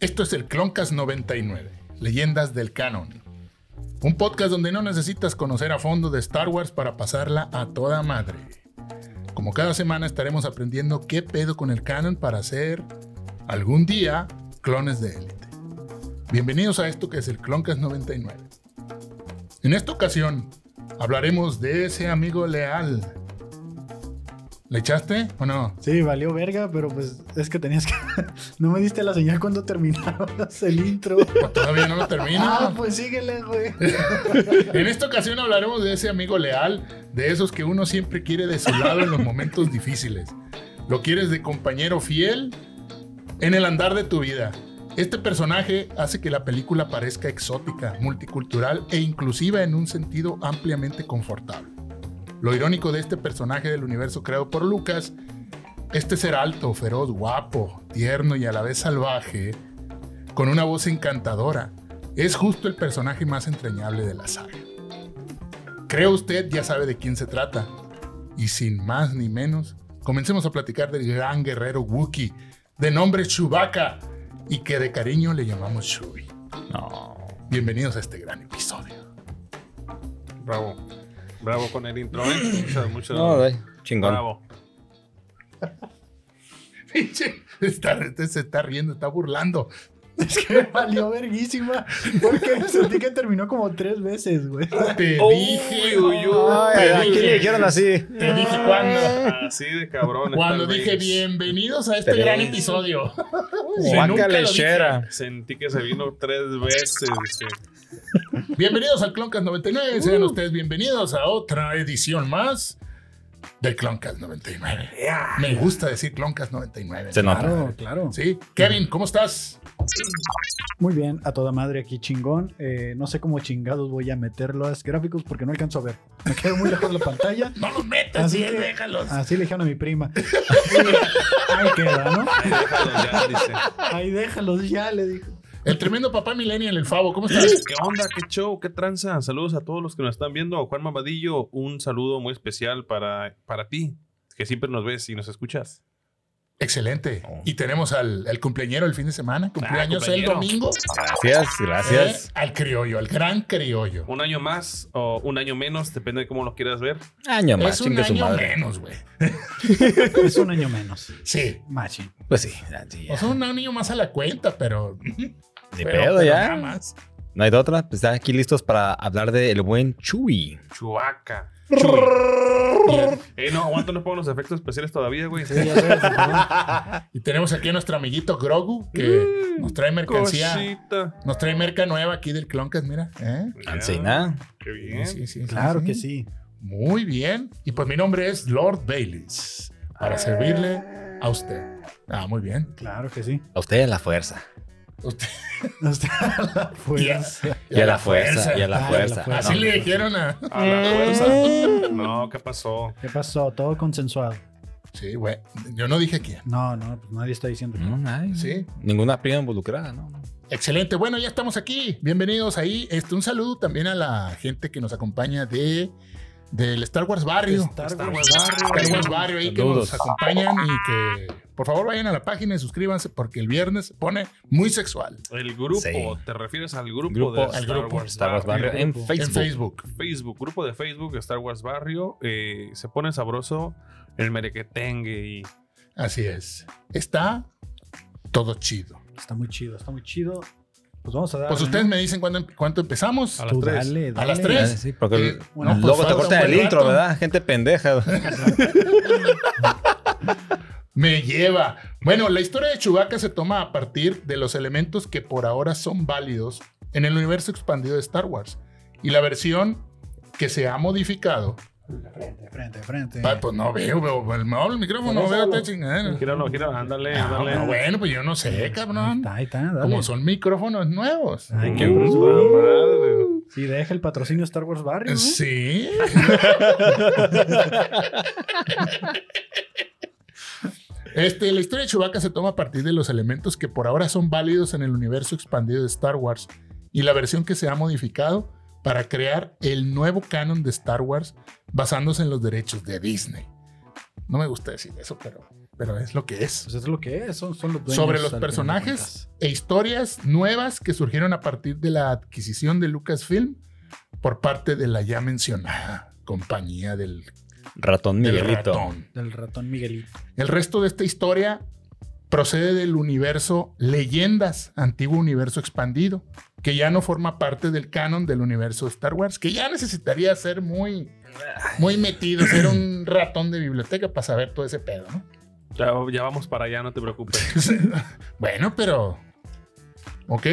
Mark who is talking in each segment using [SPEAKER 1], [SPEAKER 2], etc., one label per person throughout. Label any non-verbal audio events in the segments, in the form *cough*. [SPEAKER 1] Esto es el Cloncast 99, Leyendas del Canon. Un podcast donde no necesitas conocer a fondo de Star Wars para pasarla a toda madre. Como cada semana estaremos aprendiendo qué pedo con el canon para hacer algún día clones de élite. Bienvenidos a esto que es el Cloncast 99. En esta ocasión hablaremos de ese amigo leal. ¿Le echaste o no?
[SPEAKER 2] Sí, valió verga, pero pues es que tenías que. *laughs* no me diste la señal cuando terminabas el intro.
[SPEAKER 1] Pues todavía no lo termino.
[SPEAKER 2] Ah, pues síguele, güey. *laughs*
[SPEAKER 1] *laughs* En esta ocasión hablaremos de ese amigo leal, de esos que uno siempre quiere de su lado en los momentos difíciles. Lo quieres de compañero fiel en el andar de tu vida. Este personaje hace que la película parezca exótica, multicultural e inclusiva en un sentido ampliamente confortable. Lo irónico de este personaje del universo creado por Lucas, este ser alto, feroz, guapo, tierno y a la vez salvaje, con una voz encantadora, es justo el personaje más entrañable de la saga. Creo usted ya sabe de quién se trata. Y sin más ni menos, comencemos a platicar del gran guerrero Wookiee, de nombre Chewbacca, y que de cariño le llamamos Chewie.
[SPEAKER 3] No.
[SPEAKER 1] Bienvenidos a este gran episodio.
[SPEAKER 4] Bravo. Bravo con el intro, ¿eh? Muchas, muchas
[SPEAKER 3] No, güey. Chingón.
[SPEAKER 4] Bravo.
[SPEAKER 1] *laughs* Pinche, está- este se está riendo, está burlando.
[SPEAKER 2] Es que valió verguísima. Porque sentí que terminó como tres veces, güey.
[SPEAKER 1] Te dije,
[SPEAKER 3] Ay,
[SPEAKER 1] te
[SPEAKER 3] aquí
[SPEAKER 1] dije,
[SPEAKER 3] le dijeron así.
[SPEAKER 1] te dije cuando.
[SPEAKER 4] Así de cabrón.
[SPEAKER 1] Cuando
[SPEAKER 4] están
[SPEAKER 1] dije
[SPEAKER 4] Reyes.
[SPEAKER 1] bienvenidos a este
[SPEAKER 3] Pero-
[SPEAKER 1] gran episodio. Si nunca
[SPEAKER 3] Vaca
[SPEAKER 1] lo
[SPEAKER 3] lechera.
[SPEAKER 4] Sentí que se vino tres veces. dice.
[SPEAKER 1] dije. Bienvenidos al Cloncast 99. Sean
[SPEAKER 2] Uh.
[SPEAKER 1] ustedes bienvenidos a otra edición más del Cloncast 99. Me gusta decir Cloncast 99.
[SPEAKER 3] Se nota.
[SPEAKER 2] Ah, Claro, claro.
[SPEAKER 1] Sí, Kevin, ¿cómo estás?
[SPEAKER 2] Muy bien, a toda madre aquí chingón. Eh, no sé cómo chingados voy a meter los gráficos porque no alcanzo a ver. Me quedo muy lejos de la pantalla.
[SPEAKER 1] No los metas,
[SPEAKER 2] Así
[SPEAKER 1] sí,
[SPEAKER 2] que- Ah.
[SPEAKER 1] déjalos.
[SPEAKER 2] Así le dijeron a mi prima. Ahí queda, ¿no?
[SPEAKER 4] Déjalo ya, dice.
[SPEAKER 2] Ahí déjalos ya, le dijo.
[SPEAKER 1] El tremendo papá millennial, el Favo, ¿cómo
[SPEAKER 3] *laughs*
[SPEAKER 1] estás?
[SPEAKER 4] ¿Qué onda? ¿Qué show? ¿Qué tranza? Saludos a todos los que nos están viendo. Juan Mamadillo, un saludo muy especial para, para ti, que siempre nos ves y nos escuchas.
[SPEAKER 1] Excelente.
[SPEAKER 3] Oh.
[SPEAKER 1] Y tenemos al, al cumpleañero el fin de
[SPEAKER 3] Ah,
[SPEAKER 1] semana, cumpleaños el
[SPEAKER 4] cumpleañero.
[SPEAKER 1] domingo.
[SPEAKER 3] Gracias, gracias.
[SPEAKER 1] Eh, al criollo, al gran criollo.
[SPEAKER 4] Un año más o un año menos, depende de cómo lo quieras ver.
[SPEAKER 3] Año más,
[SPEAKER 1] Es un
[SPEAKER 3] chingue su
[SPEAKER 1] año
[SPEAKER 3] madre.
[SPEAKER 1] menos, güey.
[SPEAKER 2] Es un año menos.
[SPEAKER 1] Sí.
[SPEAKER 2] Machi.
[SPEAKER 3] Pues sí, así
[SPEAKER 1] O
[SPEAKER 3] ya.
[SPEAKER 1] sea, un año más a la cuenta, pero.
[SPEAKER 3] Ni
[SPEAKER 1] pero-
[SPEAKER 3] pedo
[SPEAKER 1] pero nada
[SPEAKER 3] ya.
[SPEAKER 1] más.
[SPEAKER 3] No hay de otra. Pues está aquí listos para hablar del buen Chuy.
[SPEAKER 4] Chuaca.
[SPEAKER 1] Bien.
[SPEAKER 4] Eh, no, aguanta, no pongo los efectos especiales todavía, güey.
[SPEAKER 2] Sí, ya sabes, ¿no?
[SPEAKER 1] Y tenemos aquí a nuestro amiguito Grogu,
[SPEAKER 4] Mm,
[SPEAKER 1] que nos trae mercancía.
[SPEAKER 4] Cosita.
[SPEAKER 1] Nos trae merca nueva aquí del Cloncast, mira. ¿eh?
[SPEAKER 3] Ancina.
[SPEAKER 4] Qué bien.
[SPEAKER 1] Sí, sí, sí,
[SPEAKER 2] Claro
[SPEAKER 1] sí.
[SPEAKER 2] que sí.
[SPEAKER 1] Muy bien. Y pues mi nombre es Lord Baileys, para servirle a usted. Ah, muy bien.
[SPEAKER 2] Claro que sí.
[SPEAKER 3] A usted a la fuerza.
[SPEAKER 1] Usted-
[SPEAKER 2] Hasta la fuerza.
[SPEAKER 3] Y a la fuerza. Y a
[SPEAKER 2] Ah, y
[SPEAKER 3] la
[SPEAKER 2] a la
[SPEAKER 3] fuerza.
[SPEAKER 2] fuerza.
[SPEAKER 1] Así
[SPEAKER 3] No,
[SPEAKER 1] le dijeron a. *laughs*
[SPEAKER 4] A la
[SPEAKER 3] Eh.
[SPEAKER 4] fuerza. No, ¿qué pasó?
[SPEAKER 2] ¿Qué pasó? Todo consensuado.
[SPEAKER 1] Sí, güey. Yo no dije quién.
[SPEAKER 2] No, no, pues nadie está diciendo. que
[SPEAKER 3] No, nadie.
[SPEAKER 1] Sí.
[SPEAKER 3] Ninguna prima involucrada, ¿no?
[SPEAKER 1] Excelente. Bueno, ya estamos aquí. Bienvenidos ahí. Este, un saludo también a la gente que nos acompaña de del Star Wars Barrio.
[SPEAKER 2] Star
[SPEAKER 4] Star
[SPEAKER 2] Wars
[SPEAKER 4] Wars
[SPEAKER 1] Star Wars Barrio ahí que
[SPEAKER 3] Saludos.
[SPEAKER 1] nos acompañan y que por favor vayan a la página y suscríbanse porque el viernes se pone muy sexual
[SPEAKER 4] El grupo,
[SPEAKER 3] Sí.
[SPEAKER 4] ¿te refieres al grupo,
[SPEAKER 3] Grupo,
[SPEAKER 4] de
[SPEAKER 3] al
[SPEAKER 4] Star
[SPEAKER 1] grupo.
[SPEAKER 4] Wars
[SPEAKER 3] Star Wars Barrio en
[SPEAKER 2] grupo.
[SPEAKER 3] Facebook.
[SPEAKER 1] en Facebook.
[SPEAKER 4] Facebook, grupo de Facebook Star Wars Barrio, eh, se pone sabroso el merequetengue y
[SPEAKER 1] Así es. Está todo chido.
[SPEAKER 2] Está muy chido, está muy chido. Pues vamos a dar.
[SPEAKER 1] Pues ustedes me dicen cuándo, cuánto empezamos.
[SPEAKER 4] A las tres.
[SPEAKER 2] Dale,
[SPEAKER 1] A
[SPEAKER 2] dale.
[SPEAKER 1] las
[SPEAKER 3] Ah,
[SPEAKER 1] tres.
[SPEAKER 3] Sí, porque
[SPEAKER 1] Eh,
[SPEAKER 3] el-
[SPEAKER 1] bueno, pues,
[SPEAKER 3] luego te
[SPEAKER 1] falta un
[SPEAKER 3] cortan el
[SPEAKER 1] buen
[SPEAKER 3] intro,
[SPEAKER 1] rato.
[SPEAKER 3] ¿verdad? Gente pendeja.
[SPEAKER 1] *laughs* Me lleva. Bueno, la historia de Chewbacca se toma a partir de los elementos que por ahora son válidos en el universo expandido de Star Wars. Y la versión que se ha modificado.
[SPEAKER 2] De frente, de frente.
[SPEAKER 1] Ah, pues no veo, veo, veo el, no, el micrófono, no veo esta chingadera.
[SPEAKER 4] gíralo, gíralo, ándale,
[SPEAKER 1] Ah,
[SPEAKER 4] ándale.
[SPEAKER 1] no, bueno, pues yo no sé,
[SPEAKER 2] Ahí
[SPEAKER 1] cabrón.
[SPEAKER 2] está, ahí está, dale.
[SPEAKER 1] Como son micrófonos nuevos.
[SPEAKER 2] Ay,
[SPEAKER 4] Uh,
[SPEAKER 2] qué
[SPEAKER 4] madre.
[SPEAKER 2] Sí, deja el patrocinio Star Wars Barrio. ¿eh?
[SPEAKER 1] Sí. Este, la historia de Chewbacca se toma a partir de los elementos que por ahora son válidos en el universo expandido de Star Wars y la versión que se ha modificado para crear el nuevo canon de Star Wars basándose en los derechos de Disney. No me gusta decir eso, pero pero es lo que es.
[SPEAKER 2] Pues es lo que es, son, son los dueños
[SPEAKER 1] Sobre
[SPEAKER 2] al
[SPEAKER 1] los
[SPEAKER 2] final de
[SPEAKER 1] personajes
[SPEAKER 2] cuentas.
[SPEAKER 1] e historias nuevas que surgieron a partir de la adquisición de Lucasfilm por parte de la ya mencionada compañía del,
[SPEAKER 3] Ratón
[SPEAKER 1] del
[SPEAKER 3] Miguelito.
[SPEAKER 1] ratón.
[SPEAKER 2] Del ratón Miguelito.
[SPEAKER 1] El resto de esta historia procede del universo Leyendas, antiguo universo expandido, que ya no forma parte del canon del universo Star Wars, que ya necesitaría ser muy, muy metido, ser un
[SPEAKER 4] *clears throat*
[SPEAKER 1] ratón de biblioteca para saber todo ese pedo,
[SPEAKER 4] *laughs*
[SPEAKER 1] ¿no?
[SPEAKER 4] Ya, ya vamos para allá, no te preocupes.
[SPEAKER 1] bueno, pero. Ok.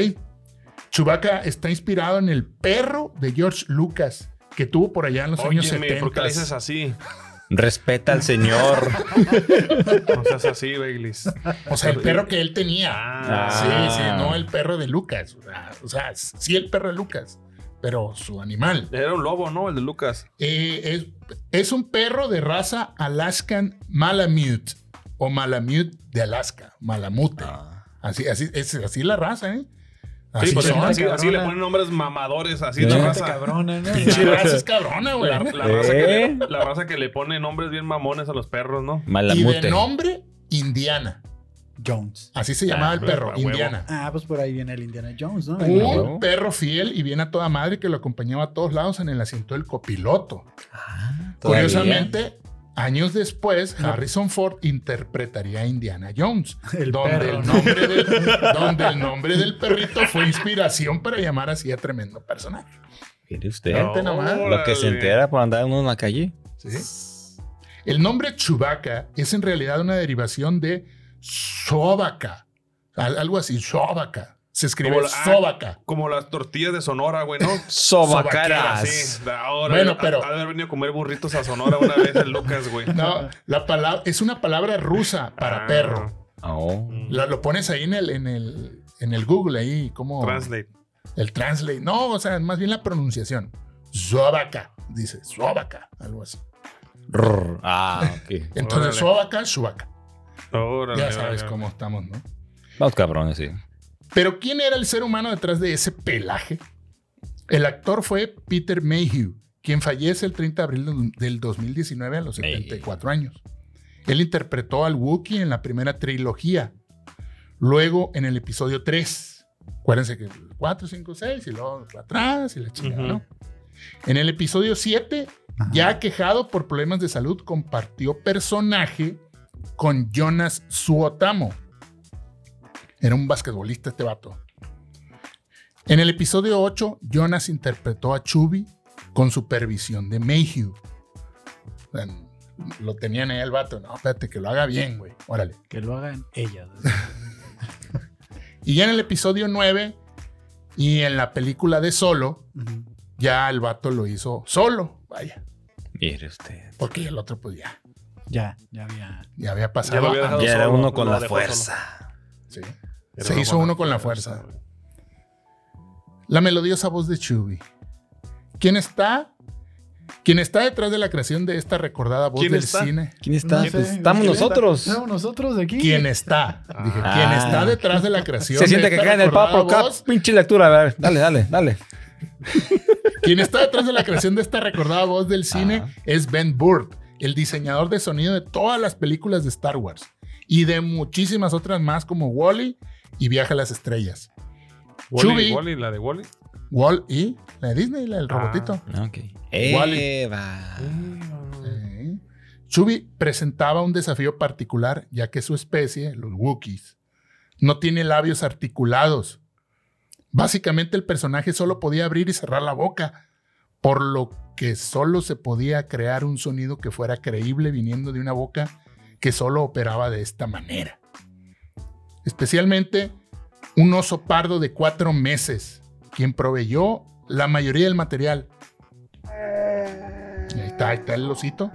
[SPEAKER 1] Chewbacca está inspirado en el perro de George Lucas, que tuvo por allá en *laughs* los años
[SPEAKER 4] Óyeme,
[SPEAKER 1] 70.
[SPEAKER 4] ¿por qué le dices así?
[SPEAKER 3] Respeta
[SPEAKER 1] *laughs*
[SPEAKER 3] al señor.
[SPEAKER 4] No seas así, Baileys.
[SPEAKER 1] O sea, el perro que él tenía.
[SPEAKER 4] Ah.
[SPEAKER 1] Sí, sí, no el perro de Lucas. O sea, sí el perro de Lucas, pero su animal.
[SPEAKER 4] Era un lobo, ¿no? El de Lucas.
[SPEAKER 1] Eh, es, es un perro de raza Alaskan Malamute o Malamute de Alaska, Malamute. Así, así, es así la raza, ¿eh? Así
[SPEAKER 4] Ah. Sí, pues,
[SPEAKER 1] son.
[SPEAKER 4] así, así le
[SPEAKER 2] cabrona.
[SPEAKER 4] ponen nombres mamadores, así la
[SPEAKER 2] Gente
[SPEAKER 4] raza.
[SPEAKER 2] cabrona, ¿no?
[SPEAKER 4] *laughs*
[SPEAKER 1] Pinche raza es cabrona, güey.
[SPEAKER 4] La, la raza que
[SPEAKER 3] ¿Eh?
[SPEAKER 4] le, la raza que le pone nombres bien mamones a los perros, ¿no?
[SPEAKER 1] Y
[SPEAKER 3] Malamute.
[SPEAKER 1] de nombre, Indiana.
[SPEAKER 2] Jones.
[SPEAKER 1] Así se llamaba
[SPEAKER 4] Ah,
[SPEAKER 1] el perro,
[SPEAKER 4] huevo.
[SPEAKER 1] Indiana.
[SPEAKER 2] Ah, pues por ahí viene el Indiana Jones, ¿no?
[SPEAKER 1] Un
[SPEAKER 2] Ahí
[SPEAKER 3] huevo.
[SPEAKER 1] perro fiel y bien a toda madre que lo acompañaba a todos lados en el asiento del copiloto.
[SPEAKER 3] Todavía.
[SPEAKER 1] Curiosamente, años después, Harrison Ford interpretaría a Indiana Jones,
[SPEAKER 2] El
[SPEAKER 1] donde,
[SPEAKER 2] perro,
[SPEAKER 1] el
[SPEAKER 2] ¿no?
[SPEAKER 1] nombre del, donde el nombre del perrito fue inspiración para llamar así a tremendo personaje.
[SPEAKER 3] Mire usted.
[SPEAKER 1] No. Gente nomás.
[SPEAKER 3] Lo que se
[SPEAKER 4] Órale.
[SPEAKER 3] entera por andar uno en la calle.
[SPEAKER 1] ¿sí? El nombre Chewbacca es en realidad una derivación de Sobaca, al- algo así, Sobaca. Se escribe
[SPEAKER 4] Como la- ah,
[SPEAKER 1] Sobaca.
[SPEAKER 4] Como las tortillas de
[SPEAKER 1] *laughs*
[SPEAKER 4] Sonora, güey, ¿no?
[SPEAKER 3] Sobacaras.
[SPEAKER 4] Sí, ahora,
[SPEAKER 1] Bueno,
[SPEAKER 4] ha-
[SPEAKER 1] pero-
[SPEAKER 4] ha de haber venido a comer burritos a Sonora una vez el Lucas, güey. *laughs*
[SPEAKER 1] No, la palabra es una palabra rusa para
[SPEAKER 4] Ah,
[SPEAKER 1] perro.
[SPEAKER 3] Oh.
[SPEAKER 4] mm,
[SPEAKER 1] La- lo pones ahí en el, en el, en el Google, ahí como
[SPEAKER 4] Translate.
[SPEAKER 1] el translate. No, o sea, más bien la pronunciación. Suabaca, dice, suabaca, algo así.
[SPEAKER 3] Rrr. Ah, ok.
[SPEAKER 1] Entonces,
[SPEAKER 4] Órale.
[SPEAKER 1] suabaca, suabaca.
[SPEAKER 4] Órale,
[SPEAKER 1] Ya sabes
[SPEAKER 4] órale.
[SPEAKER 1] cómo estamos, ¿no?
[SPEAKER 3] Vamos cabrones, sí.
[SPEAKER 1] Pero ¿quién era el ser humano detrás de ese pelaje? El actor fue Peter Mayhew, quien fallece el 30 de abril del 2019 a los
[SPEAKER 3] Mayhew.
[SPEAKER 1] 74 años. Él interpretó al Wookiee en la primera trilogía, luego en el episodio 3. Acuérdense que 4, 5, 6 y luego para atrás y la chingada,
[SPEAKER 4] Ujú.
[SPEAKER 1] ¿no? En el episodio 7,
[SPEAKER 2] Ajá.
[SPEAKER 1] ya quejado por problemas de salud, compartió personaje con Jonas Suotamo. Era un basquetbolista este vato. En el episodio 8, Jonas interpretó a Chubby con supervisión de Mayhew. O sea, Lo tenían ahí el vato. No, espérate, que lo haga bien, güey. Órale.
[SPEAKER 2] Que lo hagan
[SPEAKER 1] *laughs*
[SPEAKER 2] ellas.
[SPEAKER 1] Y ya en el episodio 9 y en la película de Solo,
[SPEAKER 2] Ujú.
[SPEAKER 1] ya el vato lo hizo solo. Vaya,
[SPEAKER 3] Mire usted.
[SPEAKER 1] porque el otro pues ya,
[SPEAKER 2] Ya, ya había.
[SPEAKER 1] ya había
[SPEAKER 4] Ya
[SPEAKER 1] pasado.
[SPEAKER 4] lo había
[SPEAKER 1] a-
[SPEAKER 4] dejado
[SPEAKER 3] Ya era
[SPEAKER 4] solo,
[SPEAKER 3] uno con
[SPEAKER 4] lo
[SPEAKER 3] la
[SPEAKER 4] dejó
[SPEAKER 3] fuerza.
[SPEAKER 1] Sí.
[SPEAKER 4] Era
[SPEAKER 1] Se hizo uno con la fuerza.
[SPEAKER 4] güey.
[SPEAKER 1] La melodiosa voz de Chubby. ¿Quién está? ¿Quién está detrás de la creación de esta recordada voz
[SPEAKER 4] ¿Quién
[SPEAKER 1] del
[SPEAKER 4] está?
[SPEAKER 1] cine?
[SPEAKER 3] ¿Quién está? Pues,
[SPEAKER 2] No sé,
[SPEAKER 3] Estamos
[SPEAKER 2] ¿quién está?
[SPEAKER 3] nosotros.
[SPEAKER 2] Estamos nosotros aquí.
[SPEAKER 1] ¿Quién está? Dije,
[SPEAKER 4] Ah.
[SPEAKER 1] ¿quién está detrás de la creación
[SPEAKER 3] Se siente
[SPEAKER 1] de
[SPEAKER 3] que
[SPEAKER 1] esta
[SPEAKER 3] cae en el
[SPEAKER 1] recordada
[SPEAKER 3] Pablo Cap.
[SPEAKER 1] voz?
[SPEAKER 3] Pinche lectura. A ver, dale, dale, dale.
[SPEAKER 1] Quien está detrás de la creación de esta recordada voz del cine
[SPEAKER 3] Ajá.
[SPEAKER 1] es Ben Burtt, el diseñador de sonido de todas las películas de Star Wars y de muchísimas otras más como Wally y Viaja a las Estrellas.
[SPEAKER 4] Wally,
[SPEAKER 1] Chubby.
[SPEAKER 4] Wally, la de Wally.
[SPEAKER 1] Wall y la de Disney, la del
[SPEAKER 4] Ah.
[SPEAKER 1] robotito.
[SPEAKER 3] Ok. Eh,
[SPEAKER 1] Wally.
[SPEAKER 3] Eva.
[SPEAKER 1] Sí. Chubby presentaba un desafío particular, ya que su especie, los Wookiees, no tiene labios articulados. Básicamente el personaje solo podía abrir y cerrar la boca, por lo que solo se podía crear un sonido que fuera creíble viniendo de una boca que solo operaba de esta manera. Especialmente un oso pardo de cuatro meses, quien proveyó la mayoría del material. Ahí está, ahí está el osito.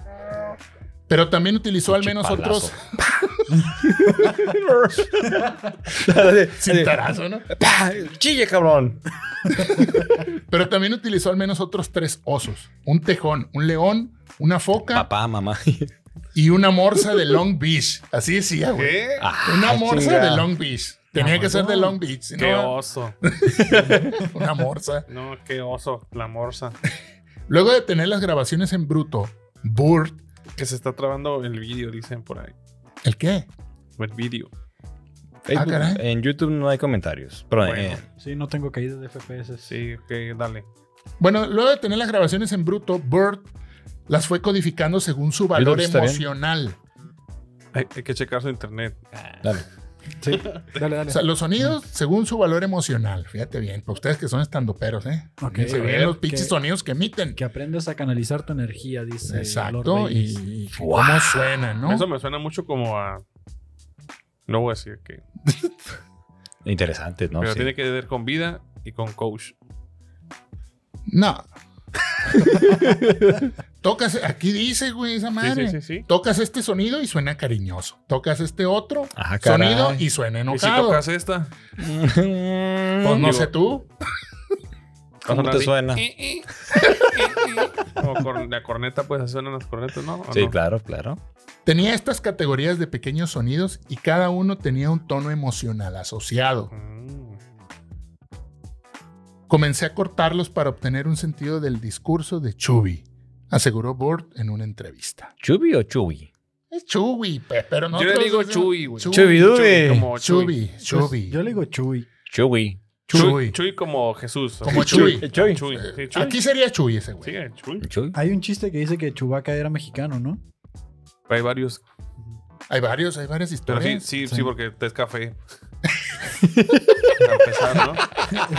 [SPEAKER 1] Pero también utilizó al menos otros
[SPEAKER 3] *laughs*
[SPEAKER 1] *laughs* sin tarazo, ¿no?
[SPEAKER 3] Chille, cabrón.
[SPEAKER 1] Pero también utilizó al menos otros tres osos: un tejón, un león, una foca
[SPEAKER 3] Papá, mamá.
[SPEAKER 1] y una morsa de Long Beach. Así decía, güey.
[SPEAKER 4] ¿Qué?
[SPEAKER 3] Ah,
[SPEAKER 1] Una morsa
[SPEAKER 3] chinga.
[SPEAKER 1] de Long Beach. Tenía
[SPEAKER 2] Ah,
[SPEAKER 1] que ser de
[SPEAKER 2] bueno.
[SPEAKER 1] Long Beach, si
[SPEAKER 4] Qué
[SPEAKER 1] no,
[SPEAKER 4] oso.
[SPEAKER 1] una morsa.
[SPEAKER 4] No, qué oso. La morsa.
[SPEAKER 1] Luego de tener las grabaciones en bruto, Burt
[SPEAKER 4] Que se está trabando el vídeo, dicen por ahí.
[SPEAKER 1] ¿El qué?
[SPEAKER 4] Web video.
[SPEAKER 3] Facebook-
[SPEAKER 1] caray.
[SPEAKER 3] en YouTube no hay comentarios. Pero
[SPEAKER 4] Ah, Bueno.
[SPEAKER 3] eh,
[SPEAKER 2] Sí, no tengo caída de FPS.
[SPEAKER 4] Sí, ok, dale.
[SPEAKER 1] Bueno, luego de tener las grabaciones en bruto, Bird las fue codificando según su valor
[SPEAKER 3] Bird está bien.
[SPEAKER 1] emocional.
[SPEAKER 4] Hay, hay que checar su internet.
[SPEAKER 3] dale.
[SPEAKER 2] Sí. *laughs* Dale, dale.
[SPEAKER 1] O sea, los sonidos según su valor emocional. Fíjate bien, para ustedes que son estandoperos, ¿eh?
[SPEAKER 2] Ok.
[SPEAKER 1] Se ven
[SPEAKER 4] Eh,
[SPEAKER 1] los pinches
[SPEAKER 2] que-
[SPEAKER 1] sonidos que emiten.
[SPEAKER 2] que aprendes a canalizar tu energía, dice. Lord
[SPEAKER 1] Exacto.
[SPEAKER 2] Bailey.
[SPEAKER 1] Y, y cómo suena, ¿no?
[SPEAKER 4] Eso me suena mucho como a. No voy a decir que.
[SPEAKER 3] Interesante, ¿no?
[SPEAKER 4] pero
[SPEAKER 3] Sí.
[SPEAKER 4] tiene que ver con vida y con coach.
[SPEAKER 1] No. *laughs* Tocas, aquí dice, güey, esa
[SPEAKER 4] Sí,
[SPEAKER 1] madre.
[SPEAKER 4] sí, sí, sí.
[SPEAKER 1] Tocas este sonido y suena cariñoso. Tocas este otro
[SPEAKER 3] Ah, caray.
[SPEAKER 1] sonido y suena
[SPEAKER 4] Y si
[SPEAKER 1] enojado.
[SPEAKER 4] tocas esta,
[SPEAKER 1] pues no
[SPEAKER 4] digo-
[SPEAKER 1] sé tú.
[SPEAKER 3] *laughs* ¿Cómo
[SPEAKER 4] va a
[SPEAKER 3] te
[SPEAKER 4] sonar
[SPEAKER 3] suena?
[SPEAKER 4] así. Como cor- la corneta, pues suenan las cornetas, ¿no? ¿O
[SPEAKER 3] Sí,
[SPEAKER 4] no?
[SPEAKER 3] claro, claro.
[SPEAKER 1] Tenía estas categorías de pequeños sonidos y cada uno tenía un tono emocional asociado.
[SPEAKER 4] Mm.
[SPEAKER 1] Comencé a cortarlos para obtener un sentido del discurso de Chubby, aseguró Burt en una entrevista.
[SPEAKER 3] ¿Chubi o Chubi?
[SPEAKER 1] Es Chubby, pe- pero no.
[SPEAKER 4] Yo le digo Chuy, güey.
[SPEAKER 1] Chuy.
[SPEAKER 3] Chubi
[SPEAKER 4] Chuy,
[SPEAKER 3] Dubi.
[SPEAKER 4] como Oh, Chuy.
[SPEAKER 1] Chubby,
[SPEAKER 2] Pues,
[SPEAKER 1] Chubby.
[SPEAKER 2] Yo le digo Chuy.
[SPEAKER 3] Chubi.
[SPEAKER 1] Chuy.
[SPEAKER 4] Chuy. Chuy como Jesús.
[SPEAKER 1] Como Chuy.
[SPEAKER 4] Chuy.
[SPEAKER 3] Chuy.
[SPEAKER 4] Chuy. Sí, Chuy.
[SPEAKER 1] Aquí sería Chuy ese güey.
[SPEAKER 4] Sí, Chuy.
[SPEAKER 3] Chubi.
[SPEAKER 2] Hay un chiste que dice que Chubaca era mexicano, ¿no?
[SPEAKER 4] Hay varios.
[SPEAKER 1] Hay varios, hay varias
[SPEAKER 4] Pero
[SPEAKER 1] historias.
[SPEAKER 4] sí, sí,
[SPEAKER 2] Sí.
[SPEAKER 4] sí, porque te es *laughs* café. Para empezar, ¿no?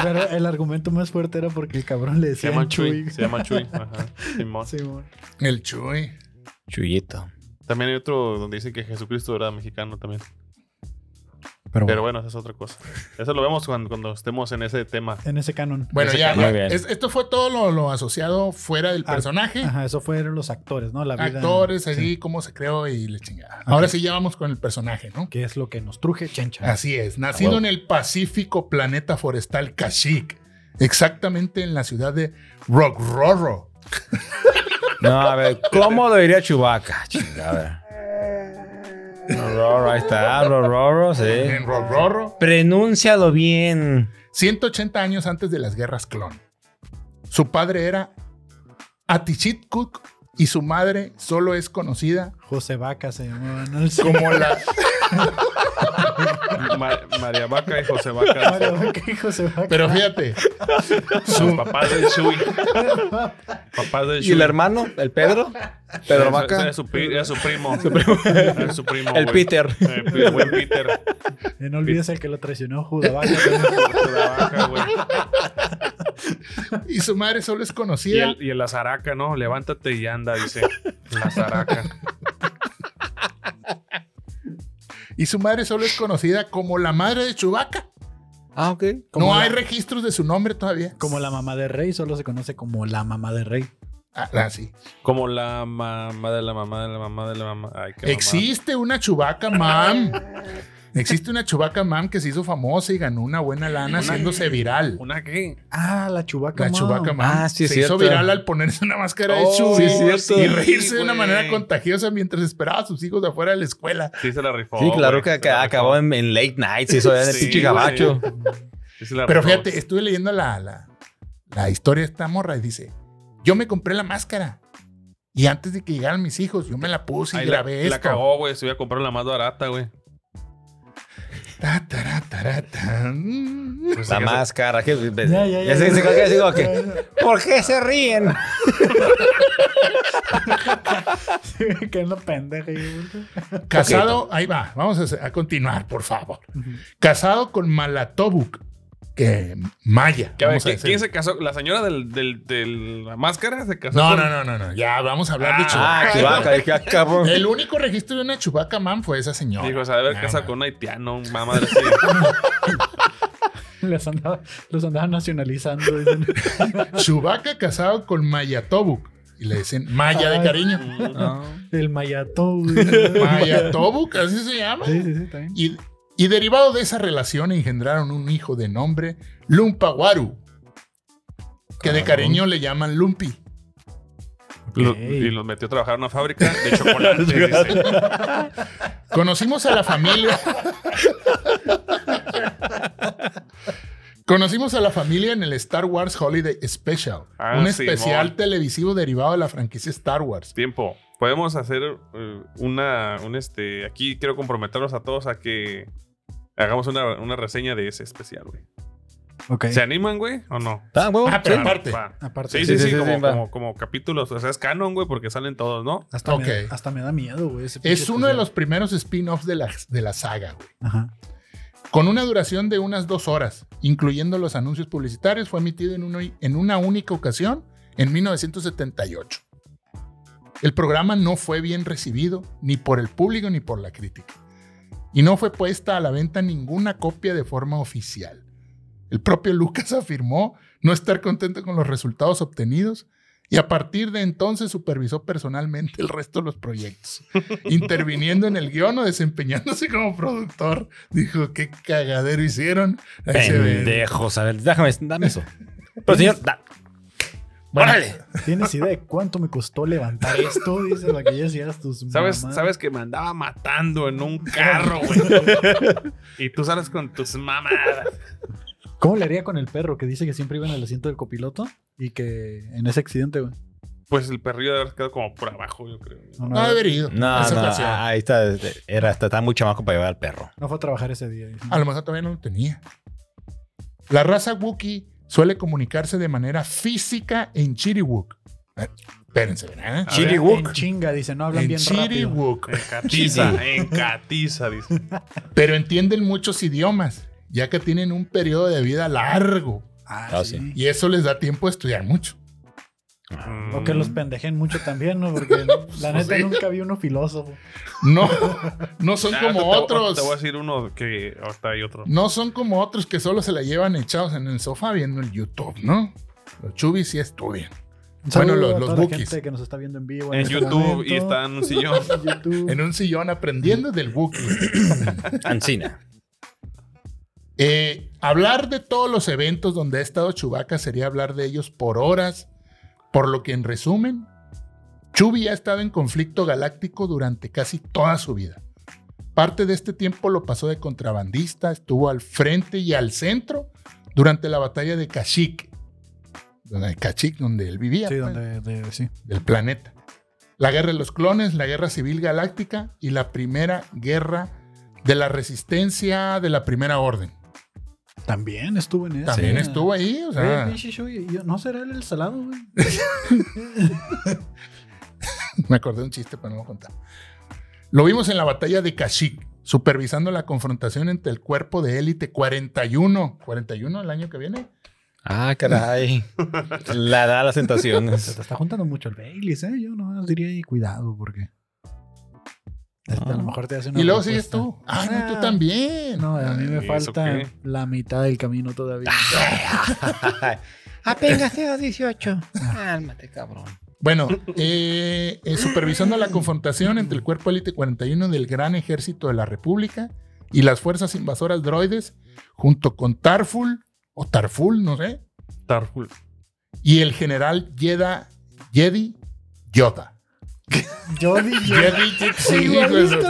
[SPEAKER 2] Pero el argumento más fuerte era porque el cabrón le
[SPEAKER 4] Se
[SPEAKER 2] decía
[SPEAKER 4] llama
[SPEAKER 2] Chuy.
[SPEAKER 4] Chuy. Se llama Chuy. Ajá. Simón.
[SPEAKER 2] Sí, mon.
[SPEAKER 1] El Chuy.
[SPEAKER 3] Chuyito.
[SPEAKER 4] También hay otro donde dicen que Jesucristo era mexicano también.
[SPEAKER 2] Pero,
[SPEAKER 4] Pero
[SPEAKER 2] bueno,
[SPEAKER 4] bueno, esa es otra cosa. Eso lo vemos cuando, cuando estemos en ese tema.
[SPEAKER 2] en ese canon.
[SPEAKER 1] Bueno,
[SPEAKER 4] Ese
[SPEAKER 1] ya.
[SPEAKER 4] cabrón.
[SPEAKER 1] ya.
[SPEAKER 3] Muy bien.
[SPEAKER 1] Es- esto fue todo lo, lo asociado fuera del
[SPEAKER 2] Ah,
[SPEAKER 1] personaje.
[SPEAKER 2] Ajá, eso fueron los actores, ¿no? La vida.
[SPEAKER 1] actores,
[SPEAKER 2] sí,
[SPEAKER 1] allí, cómo se creó y le chingada. Ahora sí ya vamos con el personaje, ¿no?
[SPEAKER 2] Que es lo que nos truje, chencha.
[SPEAKER 1] Así es. Nacido
[SPEAKER 3] huevo.
[SPEAKER 1] en el pacífico planeta forestal Kashyyyk, exactamente en la ciudad de Rogroro.
[SPEAKER 3] No, a ver, ¿cómo lo diría Chubaca? Chingada. Rororo, ahí está. Rororo, sí.
[SPEAKER 1] En Rogroro,
[SPEAKER 3] Prenúncialo bien.
[SPEAKER 1] 180 años antes de las guerras clon. Su padre era Atichitkuk y su madre solo es conocida
[SPEAKER 2] José Vaca se llamaba. ¿no? El-
[SPEAKER 1] como la
[SPEAKER 4] Ma- María Vaca y José Vaca.
[SPEAKER 2] Mario Vaca y José Vaca.
[SPEAKER 1] Pero fíjate,
[SPEAKER 4] Los papás del Chuy. Papás del
[SPEAKER 3] ¿Y
[SPEAKER 4] Chuy.
[SPEAKER 3] el hermano? ¿El Pedro?
[SPEAKER 4] Era
[SPEAKER 3] ¿Pedro
[SPEAKER 4] su-
[SPEAKER 3] Vaca?
[SPEAKER 4] Era su, pri- era su primo. Era su primo.
[SPEAKER 3] El
[SPEAKER 4] güey.
[SPEAKER 3] Peter.
[SPEAKER 4] Eh, El buen Peter.
[SPEAKER 2] Eh, no olvides el que lo traicionó, Judá *laughs* Vaca.
[SPEAKER 4] La vaca, güey.
[SPEAKER 1] y su madre solo es
[SPEAKER 4] Y
[SPEAKER 1] conocida
[SPEAKER 4] el, y el azaraca, ¿no? Levántate y anda, dice. La zaraca.
[SPEAKER 1] y su madre solo es conocida como la madre de Chewbacca.
[SPEAKER 3] Ah, ok.
[SPEAKER 2] Como
[SPEAKER 1] no
[SPEAKER 2] la-
[SPEAKER 1] hay registros de su nombre todavía.
[SPEAKER 2] Como la mamá de Rey, solo se conoce como la mamá de Rey.
[SPEAKER 1] Ah, ah, sí.
[SPEAKER 4] Como la mamá de la mamá de la mamá de la mamá. Ay, qué mamá.
[SPEAKER 1] Existe una Chubaca Mam. Existe una Chubaca Mam que se hizo famosa y ganó una buena lana haciéndose viral.
[SPEAKER 4] ¿Una qué?
[SPEAKER 2] Ah, la Chubaca.
[SPEAKER 1] La
[SPEAKER 2] Mom.
[SPEAKER 1] Chubaca Mam
[SPEAKER 3] Ah, sí, es
[SPEAKER 1] se hizo
[SPEAKER 3] cierto.
[SPEAKER 1] viral al ponerse una máscara de
[SPEAKER 3] Oh,
[SPEAKER 1] Chewbacca
[SPEAKER 3] sí, es cierto.
[SPEAKER 1] y reírse de una
[SPEAKER 4] Sí,
[SPEAKER 1] manera
[SPEAKER 4] güey.
[SPEAKER 1] contagiosa mientras esperaba a sus hijos afuera de la escuela.
[SPEAKER 4] Sí, se la rifó.
[SPEAKER 3] Sí, claro
[SPEAKER 4] Oh, güey.
[SPEAKER 3] que
[SPEAKER 4] Se la
[SPEAKER 3] acá-
[SPEAKER 4] rifó.
[SPEAKER 3] acabó en, en late night, se hizo ya en el
[SPEAKER 4] Sí,
[SPEAKER 3] pinche
[SPEAKER 4] güey.
[SPEAKER 3] gabacho.
[SPEAKER 4] Sí, se la
[SPEAKER 1] Pero
[SPEAKER 4] rifó.
[SPEAKER 1] fíjate, estuve leyendo la, la, la historia de esta morra y dice: Yo me compré la máscara. Y antes de que llegaran mis hijos, yo me la puse y
[SPEAKER 4] Ahí la,
[SPEAKER 1] grabé esto.
[SPEAKER 4] la cagó, güey. Se iba a comprar la más barata, güey.
[SPEAKER 1] Ta, tará, tará, tan.
[SPEAKER 4] Pues,
[SPEAKER 3] La
[SPEAKER 4] sí,
[SPEAKER 3] máscara. que-
[SPEAKER 2] Ya, ya, ya.
[SPEAKER 3] Ya sé- sé- sé-
[SPEAKER 2] *laughs*
[SPEAKER 3] sé- digo que, ¿Por qué se ríen?
[SPEAKER 2] *laughs* que es lo pendeja. güey.
[SPEAKER 1] Casado, ahí va, vamos a, hacer- a continuar, por favor. Casado con Malatobuk, que maya.
[SPEAKER 4] Que, a ver,
[SPEAKER 1] vamos a
[SPEAKER 4] ¿quién,
[SPEAKER 1] decir.
[SPEAKER 4] quién se casó? ¿La señora del, del, del- la máscara se casó?
[SPEAKER 1] No,
[SPEAKER 4] con-
[SPEAKER 1] no, no, no, no, ya vamos a hablar de
[SPEAKER 3] Ah,
[SPEAKER 1] Chewbacca.
[SPEAKER 3] Chubaca, dije, ah, cabrón. *laughs*
[SPEAKER 1] El único registro de una Chubaca Man fue esa señora.
[SPEAKER 4] Dijo, o sea, de haber
[SPEAKER 1] Nada
[SPEAKER 4] casado
[SPEAKER 1] más.
[SPEAKER 4] con un haitiano, un mamá de así.
[SPEAKER 2] Les andaba, los andaba nacionalizando. dicen.
[SPEAKER 1] Chewbacca casado con Mayatobuk. Y le dicen Maya de
[SPEAKER 2] Ay.
[SPEAKER 1] cariño.
[SPEAKER 2] El Mayato. güey.
[SPEAKER 1] Mayatobuk, así se llama.
[SPEAKER 2] Sí, sí, sí, también.
[SPEAKER 1] Y, y derivado de esa relación engendraron un hijo de nombre Lumpawaru, que de cariño le llaman Lumpi.
[SPEAKER 4] Lo-
[SPEAKER 2] Ok.
[SPEAKER 4] y los metió a trabajar en una fábrica de chocolates. dice.
[SPEAKER 1] Conocimos a la familia. Conocimos a la familia en el Star Wars Holiday Special,
[SPEAKER 4] Ah,
[SPEAKER 1] un
[SPEAKER 4] Simón.
[SPEAKER 1] especial televisivo derivado de la franquicia Star Wars.
[SPEAKER 4] Tiempo. Podemos hacer eh, una, un este, aquí quiero comprometernos a todos a que hagamos una, una reseña de ese especial, güey.
[SPEAKER 2] Ok.
[SPEAKER 4] ¿Se animan, güey, o no?
[SPEAKER 3] ¿Está, huevo?
[SPEAKER 1] Ah, pero
[SPEAKER 3] Sí.
[SPEAKER 1] aparte.
[SPEAKER 4] Va.
[SPEAKER 2] Aparte.
[SPEAKER 4] Sí, sí, sí,
[SPEAKER 3] Sí, sí,
[SPEAKER 4] como,
[SPEAKER 3] sí, va.
[SPEAKER 4] como- como capítulos, o sea, es canon, güey, porque salen todos, ¿no?
[SPEAKER 2] Hasta,
[SPEAKER 1] Ok.
[SPEAKER 2] me, hasta me da miedo, güey. ese
[SPEAKER 1] Es
[SPEAKER 2] pinche
[SPEAKER 1] uno de los
[SPEAKER 2] especial.
[SPEAKER 1] primeros spin-offs de la, de la saga, güey.
[SPEAKER 2] Ajá.
[SPEAKER 1] Con una duración de unas dos horas, incluyendo los anuncios publicitarios, fue emitido en, uno- en una única ocasión en 1978. El programa no fue bien recibido ni por el público ni por la crítica, y no fue puesta a la venta ninguna copia de forma oficial. El propio Lucas *laughs* afirmó no estar contento con los resultados obtenidos y a partir de entonces supervisó personalmente el resto de los proyectos, interviniendo en el guión o desempeñándose como productor. Dijo, qué cagadero hicieron. Ahí se ve.
[SPEAKER 3] Pendejos. A ver, déjame, dame eso. Pero, señor, da-
[SPEAKER 1] Bueno,
[SPEAKER 3] órale.
[SPEAKER 2] ¿Tienes idea de cuánto me costó levantar esto? Dice para que ya hicieras tus.
[SPEAKER 4] ¿Sabes,
[SPEAKER 2] mamadas.
[SPEAKER 4] sabes que me andaba matando en un carro, güey. y tú sales con tus mamadas.
[SPEAKER 2] ¿Cómo le haría con el perro que dice que siempre iba en el asiento del copiloto y que en ese accidente, güey?
[SPEAKER 4] Pues el perrillo debe haber quedado como por abajo, yo creo.
[SPEAKER 2] No,
[SPEAKER 1] No
[SPEAKER 2] no,
[SPEAKER 1] haber ido.
[SPEAKER 3] No,
[SPEAKER 1] Esa
[SPEAKER 3] no,
[SPEAKER 1] ocasión.
[SPEAKER 3] ahí está, este, era, está, está muy chamaco para llevar al perro.
[SPEAKER 2] no fue a trabajar ese día. dice.
[SPEAKER 1] A lo mejor todavía no lo tenía. La raza Wookiee suele comunicarse de manera física en Chiriwook. Eh, Espérense, ¿verdad?
[SPEAKER 4] A
[SPEAKER 3] Chiri
[SPEAKER 4] ver,
[SPEAKER 3] Wok.
[SPEAKER 2] En chinga, dice, no hablan
[SPEAKER 1] En
[SPEAKER 2] bien rápido.
[SPEAKER 1] Chiriwook.
[SPEAKER 4] En catiza, en catiza, dice.
[SPEAKER 1] Pero entienden muchos idiomas, ya que tienen un periodo de vida largo.
[SPEAKER 2] Ah,
[SPEAKER 3] Ah,
[SPEAKER 2] sí.
[SPEAKER 1] Y eso les da tiempo de estudiar mucho.
[SPEAKER 2] O
[SPEAKER 4] Mm.
[SPEAKER 2] que los pendejen mucho también, ¿no? Porque la neta
[SPEAKER 1] sí.
[SPEAKER 2] nunca vi uno filósofo.
[SPEAKER 1] No, no son
[SPEAKER 4] Ah,
[SPEAKER 1] como
[SPEAKER 4] te- te- Te voy a
[SPEAKER 1] otros.
[SPEAKER 4] decir uno que ahorita hay otro.
[SPEAKER 1] No son como otros que solo se la llevan echados en el sofá viendo el YouTube, ¿no? Los chubis sí estudian.
[SPEAKER 2] Un
[SPEAKER 1] Bueno,
[SPEAKER 2] saludo
[SPEAKER 1] los- los
[SPEAKER 2] a toda la
[SPEAKER 1] bookies.
[SPEAKER 2] gente que nos está viendo en vivo.
[SPEAKER 4] En
[SPEAKER 2] este
[SPEAKER 4] YouTube y
[SPEAKER 2] momento.
[SPEAKER 4] está en un sillón.
[SPEAKER 2] En YouTube.
[SPEAKER 1] En un sillón aprendiendo del Wookiee.
[SPEAKER 3] Ancina.
[SPEAKER 1] Eh, hablar de todos los eventos donde ha estado Chewbacca sería hablar de ellos por horas, por lo que en resumen, Chubby ha estado en conflicto galáctico durante casi toda su vida. Parte de este tiempo lo pasó de contrabandista, estuvo al frente y al centro durante la batalla de Kashyyyk, donde, Kashyyyk, donde él vivía,
[SPEAKER 2] Sí,
[SPEAKER 1] pues,
[SPEAKER 2] donde, de- sí.
[SPEAKER 1] del planeta. La guerra de los clones, la guerra civil galáctica y la primera guerra de la resistencia de la primera orden.
[SPEAKER 2] También estuvo en ese.
[SPEAKER 1] También
[SPEAKER 2] Sí.
[SPEAKER 1] estuvo ahí, o
[SPEAKER 2] Oye,
[SPEAKER 1] sea.
[SPEAKER 2] pinche show, y yo- ¿No será él el salado, güey?
[SPEAKER 1] Me acordé de un chiste, pero no lo voy a contar. Lo vimos en la batalla de Kashyyyk, supervisando la confrontación entre el cuerpo de élite 41. 41 el año que viene.
[SPEAKER 3] Ah, caray. La da las
[SPEAKER 2] Se
[SPEAKER 3] tentaciones.
[SPEAKER 2] te *laughs* está juntando mucho el Baileys, ¿eh? Yo nomás diría ahí, cuidado, porque. Este, A lo mejor te hace una.
[SPEAKER 1] Ah. y luego sigues
[SPEAKER 2] propuesta.
[SPEAKER 1] tú. Ah, no, tú
[SPEAKER 2] Ah.
[SPEAKER 1] también.
[SPEAKER 2] No, a mí me
[SPEAKER 4] ¿Y eso
[SPEAKER 2] falta
[SPEAKER 4] qué?
[SPEAKER 2] la mitad del camino todavía.
[SPEAKER 1] Ah.
[SPEAKER 5] Apenas tengo 18. Cálmate, cabrón.
[SPEAKER 1] Bueno, eh, eh, supervisando la confrontación entre el cuerpo élite 41 del gran ejército de la República y las fuerzas invasoras droides, junto con Tarful, o Tarful, no sé,
[SPEAKER 4] Tarful.
[SPEAKER 1] y el general Yeda- Jedi Yoda.
[SPEAKER 2] Yo dije.
[SPEAKER 1] *laughs* Jedi, sí, pues,
[SPEAKER 2] Igualito,
[SPEAKER 1] o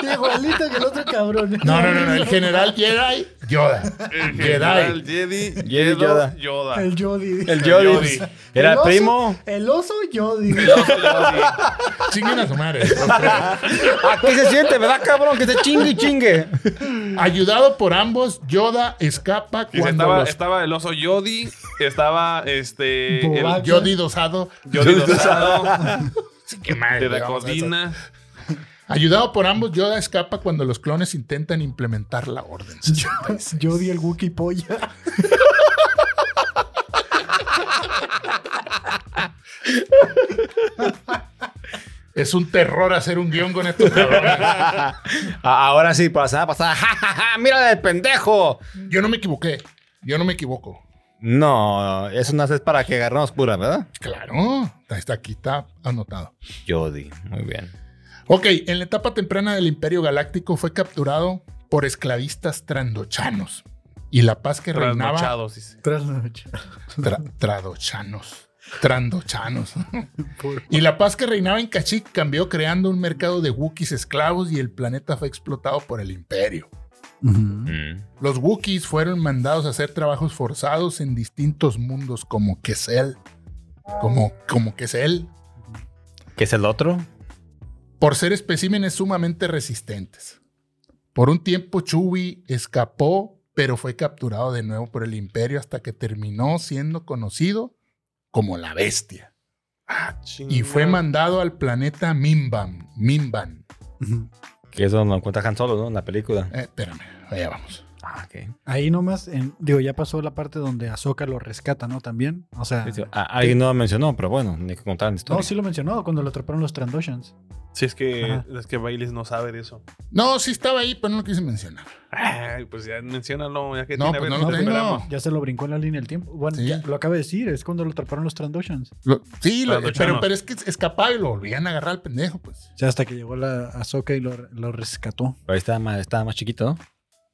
[SPEAKER 1] sea.
[SPEAKER 2] igualito que el otro cabrón.
[SPEAKER 1] No, no, no, no,
[SPEAKER 2] *laughs*
[SPEAKER 1] el general Jedi Yoda.
[SPEAKER 4] El
[SPEAKER 1] Jedi.
[SPEAKER 4] general Jedi, Jedi Yoda. Yoda.
[SPEAKER 3] Yoda.
[SPEAKER 2] El Jody.
[SPEAKER 3] El
[SPEAKER 4] Yodis.
[SPEAKER 3] Yodis. Era
[SPEAKER 2] El
[SPEAKER 3] el
[SPEAKER 2] oso.
[SPEAKER 3] primo.
[SPEAKER 2] El oso Jody. *laughs*
[SPEAKER 1] Chinguen a su madre.
[SPEAKER 3] ¿A Ah, qué se siente, verdad, cabrón? Que se chingue y chingue.
[SPEAKER 1] Ayudado por ambos, Yoda escapa
[SPEAKER 4] Y se
[SPEAKER 1] cuando
[SPEAKER 4] estaba,
[SPEAKER 1] los-
[SPEAKER 4] estaba el oso Yodi, estaba este
[SPEAKER 2] Boba.
[SPEAKER 4] el
[SPEAKER 1] Jodi dosado.
[SPEAKER 4] Yodi Dosado,
[SPEAKER 1] Qué madre,
[SPEAKER 4] de la
[SPEAKER 1] vamos a eso.
[SPEAKER 4] codina.
[SPEAKER 1] Ayudado por ambos, Yoda escapa cuando los clones intentan implementar la orden.
[SPEAKER 2] Jody el Wookiee polla.
[SPEAKER 1] *laughs* Es un terror hacer un guión con estos
[SPEAKER 3] *laughs*
[SPEAKER 1] cabrones.
[SPEAKER 3] A- Ah, Ahora sí, pasada, pasada. *laughs* ¡Ja, ja, ja! ¡Mírale el pendejo!
[SPEAKER 1] Yo no me equivoqué. Yo no me equivoco.
[SPEAKER 3] No, eso no es para que agarramos pura, ¿verdad?
[SPEAKER 1] Claro, está aquí, está anotado.
[SPEAKER 3] Jody, muy bien.
[SPEAKER 1] Ok, en la etapa temprana del Imperio Galáctico fue capturado por esclavistas trandochanos y la paz que reinaba
[SPEAKER 4] Trasnochados, dice.
[SPEAKER 2] Tras noche.
[SPEAKER 1] tra- tradochanos, trandochanos. y la paz que reinaba en Kashyyyk cambió creando un mercado de Wookiees esclavos y el planeta fue explotado por el Imperio.
[SPEAKER 2] Ujú.
[SPEAKER 1] Los Wookiees fueron mandados a hacer trabajos forzados en distintos mundos como Kessel. Como, como Kessel.
[SPEAKER 3] ¿Qué es el otro?
[SPEAKER 1] Por ser especímenes sumamente resistentes. Por un tiempo Chewie escapó, pero fue capturado de nuevo por el imperio hasta que terminó siendo conocido como la bestia. Y fue mandado al planeta Mimban. Mimban.
[SPEAKER 2] Ujú.
[SPEAKER 3] Que es donde lo encuentra Han Solo, ¿no? En la película.
[SPEAKER 1] Eh, espérame, allá vamos.
[SPEAKER 3] Ah, ok.
[SPEAKER 2] Ahí nomás, en- digo, ya pasó la parte donde Ahsoka lo rescata, ¿no? También. O sea,
[SPEAKER 3] Sí, sí. Ah, alguien no lo mencionó, pero bueno, ni que contar la historia.
[SPEAKER 2] no, sí lo mencionó cuando lo atraparon los Trandoshans.
[SPEAKER 4] Si es que
[SPEAKER 2] Ajá.
[SPEAKER 4] es que Baileys no sabe de eso.
[SPEAKER 1] No, sí estaba ahí, pero no lo quise mencionar.
[SPEAKER 4] Ay, pues ya menciónalo, ya que
[SPEAKER 1] No,
[SPEAKER 4] tiene
[SPEAKER 1] pues
[SPEAKER 4] a
[SPEAKER 1] no
[SPEAKER 4] ver,
[SPEAKER 1] lo
[SPEAKER 4] te
[SPEAKER 1] tengo.
[SPEAKER 4] esperamos.
[SPEAKER 2] Ya se lo brincó en la línea del tiempo. Bueno,
[SPEAKER 1] Sí.
[SPEAKER 2] ya lo acaba de decir, es cuando lo atraparon los Trandoshans.
[SPEAKER 1] Lo- sí, lo-
[SPEAKER 4] Cuando
[SPEAKER 1] pero,
[SPEAKER 4] Chanos.
[SPEAKER 1] pero es que escapaba y lo volvían a agarrar al pendejo, pues.
[SPEAKER 2] O sea, hasta que llegó la Ahsoka y lo, lo rescató.
[SPEAKER 3] Pero ahí estaba más, estaba más chiquito, ¿no?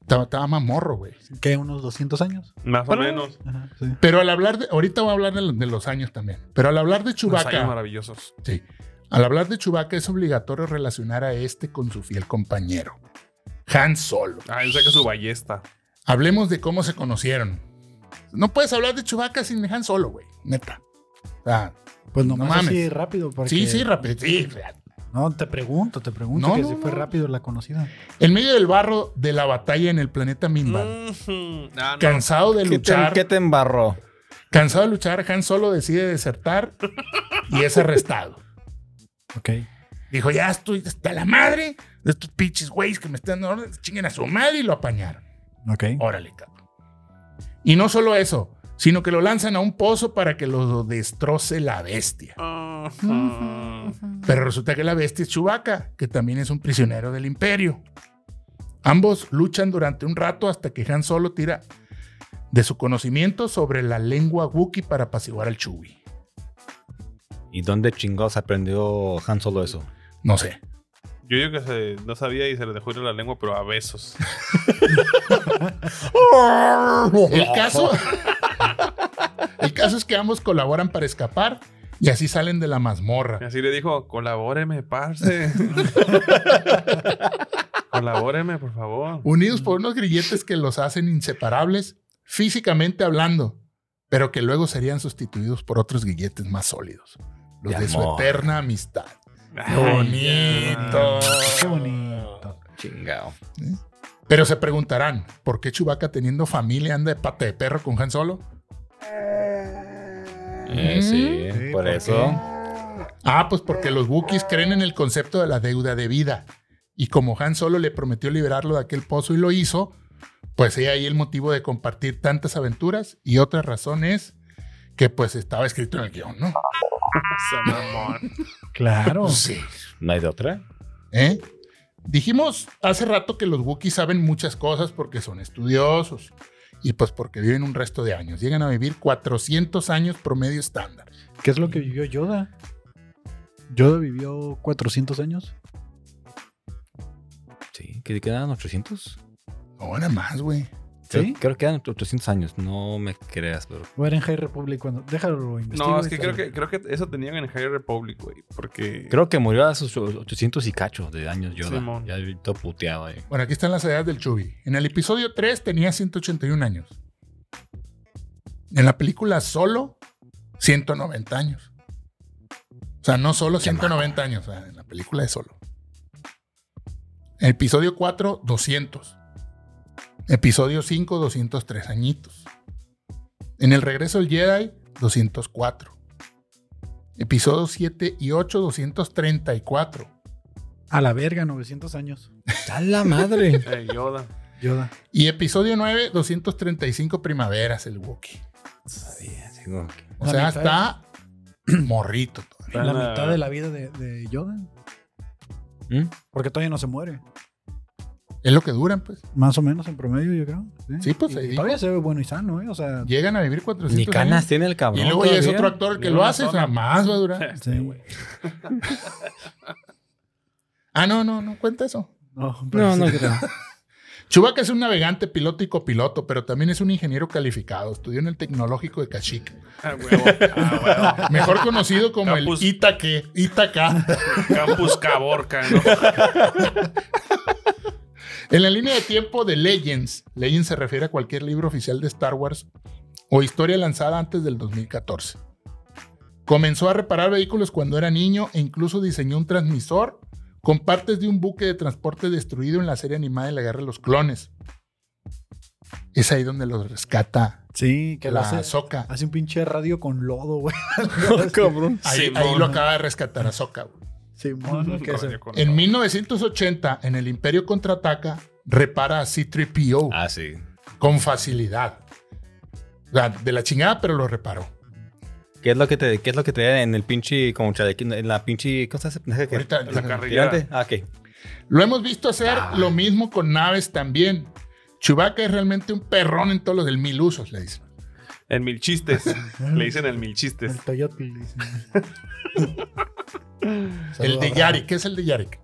[SPEAKER 1] Estaba, estaba más morro, güey.
[SPEAKER 2] ¿Qué? ¿Unos 200 años?
[SPEAKER 4] Más o menos.
[SPEAKER 2] Ajá, sí.
[SPEAKER 1] Pero al hablar de. Ahorita voy a hablar de, los- de los años también. Pero al hablar de
[SPEAKER 4] Unos años
[SPEAKER 1] Chubaca.
[SPEAKER 4] maravillosos.
[SPEAKER 1] Sí. Al hablar de Chubaca es obligatorio relacionar a este con su fiel compañero, Han Solo.
[SPEAKER 4] Ah, él saca su ballesta.
[SPEAKER 1] Hablemos de cómo se conocieron. No puedes hablar de Chubaca sin Han Solo, güey. Neta. O sea,
[SPEAKER 2] Pues nomás
[SPEAKER 1] No mames.
[SPEAKER 2] así rápido. Porque,
[SPEAKER 1] sí, sí, rápido. Sí, real.
[SPEAKER 2] No, te pregunto, te pregunto
[SPEAKER 1] No,
[SPEAKER 2] que
[SPEAKER 1] no,
[SPEAKER 2] si fue
[SPEAKER 1] no.
[SPEAKER 2] rápido la conocida.
[SPEAKER 1] En medio del barro de la batalla en el planeta Minban,
[SPEAKER 4] Ujú. Ah, no.
[SPEAKER 1] cansado de
[SPEAKER 3] Mm, ¿Qué te,
[SPEAKER 1] luchar,
[SPEAKER 3] ¿Qué te embarró?
[SPEAKER 1] cansado de luchar, Han Solo decide desertar y es arrestado.
[SPEAKER 2] Ok.
[SPEAKER 1] Dijo, ya estoy hasta la madre de estos pinches güeyes que me están dando órdenes, chinguen a su madre y lo apañaron.
[SPEAKER 2] Ok.
[SPEAKER 1] Órale, cabrón. Y no solo eso, sino que lo lanzan a un pozo para que lo destroce la bestia.
[SPEAKER 4] Ah. Ujú.
[SPEAKER 1] Pero resulta que la bestia es Chewbacca, que también es un prisionero del imperio. Ambos luchan durante un rato hasta que Han Solo tira de su conocimiento sobre la lengua Wookiee para apaciguar al Chewie.
[SPEAKER 3] ¿Y dónde chingados aprendió Han Solo eso?
[SPEAKER 1] No sé.
[SPEAKER 4] Yo digo que se- no sabía y se le dejó ir a la lengua, pero a besos.
[SPEAKER 1] El caso, el caso es que ambos colaboran para escapar y así salen de la
[SPEAKER 4] Y
[SPEAKER 1] mazmorra.
[SPEAKER 4] así le dijo,
[SPEAKER 1] *laughs*
[SPEAKER 4] colabóreme, parce. colabóreme, por favor.
[SPEAKER 1] Unidos por
[SPEAKER 3] Mm.
[SPEAKER 1] unos grilletes que los hacen inseparables físicamente hablando, pero que luego serían sustituidos por otros grilletes más sólidos. Los
[SPEAKER 3] De
[SPEAKER 1] de su
[SPEAKER 3] amor.
[SPEAKER 1] eterna amistad.
[SPEAKER 4] Ay,
[SPEAKER 1] bonito.
[SPEAKER 2] Qué bonito.
[SPEAKER 3] Chingado.
[SPEAKER 1] Pero se preguntarán, ¿por qué Chubaca teniendo familia anda de pata de perro con Han Solo?
[SPEAKER 3] Eh, sí,
[SPEAKER 2] Sí,
[SPEAKER 3] por
[SPEAKER 2] ¿por
[SPEAKER 3] eso.
[SPEAKER 1] Ah, pues porque los Wookiees creen en el concepto de la deuda de vida. Y como Han Solo le prometió liberarlo de aquel pozo y lo hizo, pues he ahí el motivo de compartir tantas aventuras. Y otra razón es que pues estaba escrito en el guión, ¿no?
[SPEAKER 4] esa mamón.
[SPEAKER 3] Oh.
[SPEAKER 2] Claro.
[SPEAKER 1] Sí.
[SPEAKER 3] ¿No hay de otra?
[SPEAKER 1] ¿Eh? Dijimos hace rato que los Wookiees saben muchas cosas porque son estudiosos. Y pues porque viven un resto de años. Llegan a vivir 400 años promedio estándar.
[SPEAKER 2] ¿Qué es lo que vivió Yoda? Yoda vivió 400 años.
[SPEAKER 3] Sí, que quedan 800.
[SPEAKER 1] Ahora más, güey.
[SPEAKER 2] ¿Sí?
[SPEAKER 3] Creo, creo que quedan 800 años. No me creas, pero.
[SPEAKER 2] O era en High Republic cuando. Déjalo investigar.
[SPEAKER 4] No, es que creo, que creo que eso tenían en High Republic, güey. Porque.
[SPEAKER 3] Creo que murió a sus 800 y cacho de años Yoda.
[SPEAKER 4] Simón.
[SPEAKER 3] Ya todo puteado ahí.
[SPEAKER 1] Bueno, aquí están las edades del Chubby. En el episodio 3 tenía 181 años. En la película solo 190 años. O sea, no solo 190 años, o sea, en la película es solo. En el episodio 4, 200. Episodio 5, 203 añitos. En el regreso del Jedi, 204. Episodio 7 y 8, 234.
[SPEAKER 2] A la verga, 900 años.
[SPEAKER 3] ¡A la madre!
[SPEAKER 4] Eh, Yoda.
[SPEAKER 2] Yoda.
[SPEAKER 1] Y episodio 9, 235 primaveras el Wookiee. O
[SPEAKER 2] La
[SPEAKER 1] sea,
[SPEAKER 2] mitad.
[SPEAKER 1] está *clears throat* morrito todavía.
[SPEAKER 2] La
[SPEAKER 4] Van a-
[SPEAKER 2] mitad de la vida de, de Yoda.
[SPEAKER 3] ¿Mm?
[SPEAKER 2] Porque todavía no se muere.
[SPEAKER 1] Es lo que duran, pues.
[SPEAKER 2] Más o menos en promedio, yo creo.
[SPEAKER 1] Sí, pues,
[SPEAKER 2] Y-
[SPEAKER 1] ahí
[SPEAKER 2] y todavía se ve bueno y sano, ¿eh? O sea,
[SPEAKER 1] Llegan a vivir 400
[SPEAKER 3] Ni canas
[SPEAKER 1] años.
[SPEAKER 3] tiene el cabrón.
[SPEAKER 1] Y luego ya es
[SPEAKER 3] todavía.
[SPEAKER 1] otro actor el que
[SPEAKER 4] Ni
[SPEAKER 1] lo
[SPEAKER 4] una
[SPEAKER 1] hace, o sea,
[SPEAKER 4] sola.
[SPEAKER 1] más va a durar.
[SPEAKER 2] *laughs* sí.
[SPEAKER 1] Ah, no, no, no cuenta eso.
[SPEAKER 2] No, pero
[SPEAKER 3] No, no
[SPEAKER 2] sí.
[SPEAKER 3] creo.
[SPEAKER 1] Chewbacca es un navegante, piloto y copiloto, pero también es un ingeniero calificado. Estudió en el tecnológico de Kashyyyk,
[SPEAKER 4] *laughs* Ah, huevo. Ah,
[SPEAKER 1] mejor conocido como el
[SPEAKER 4] Campus.
[SPEAKER 1] Itaque, Itaca.
[SPEAKER 4] huevo. Campus Caborca, ¿no?
[SPEAKER 1] En la línea de tiempo de Legends, Legends se refiere a cualquier libro oficial de Star Wars o historia lanzada antes del 2014. Comenzó a reparar vehículos cuando era niño e incluso diseñó un transmisor con partes de un buque de transporte destruido en la serie animada de la Guerra de los Clones. Es ahí donde los rescata
[SPEAKER 2] *laughs* Sí, que lo
[SPEAKER 1] la
[SPEAKER 2] hace.
[SPEAKER 1] Soca.
[SPEAKER 2] Hace un pinche radio con lodo, güey. *laughs*
[SPEAKER 3] cabrón.
[SPEAKER 1] Ahí,
[SPEAKER 4] Sí,
[SPEAKER 1] ahí
[SPEAKER 4] mon.
[SPEAKER 1] lo acaba de rescatar Ahsoka. güey.
[SPEAKER 2] Simón, que se-
[SPEAKER 4] Radio con-
[SPEAKER 1] En 1980, en el Imperio Contraataca, repara a C-3PO
[SPEAKER 3] Ah, sí.
[SPEAKER 1] con facilidad. O sea, de la chingada, pero lo reparó.
[SPEAKER 3] ¿Qué es lo que te, qué es lo que te da en el pinche, como chalequín, en la pinche, ¿cómo se hace? ¿Qué?
[SPEAKER 1] Ahorita-
[SPEAKER 4] La carrillera.
[SPEAKER 3] ¿Tirante? Ah, ok.
[SPEAKER 1] Lo hemos visto hacer
[SPEAKER 3] Ah.
[SPEAKER 1] lo mismo con naves también. Chewbacca es realmente un perrón en todos los del mil usos, le dicen.
[SPEAKER 4] En mil chistes. Le dicen el mil chistes.
[SPEAKER 2] El Toyota. le dicen.
[SPEAKER 1] El
[SPEAKER 2] Saludos
[SPEAKER 1] de
[SPEAKER 2] a Rafa.
[SPEAKER 1] Yarik, ¿qué es el de Yarik?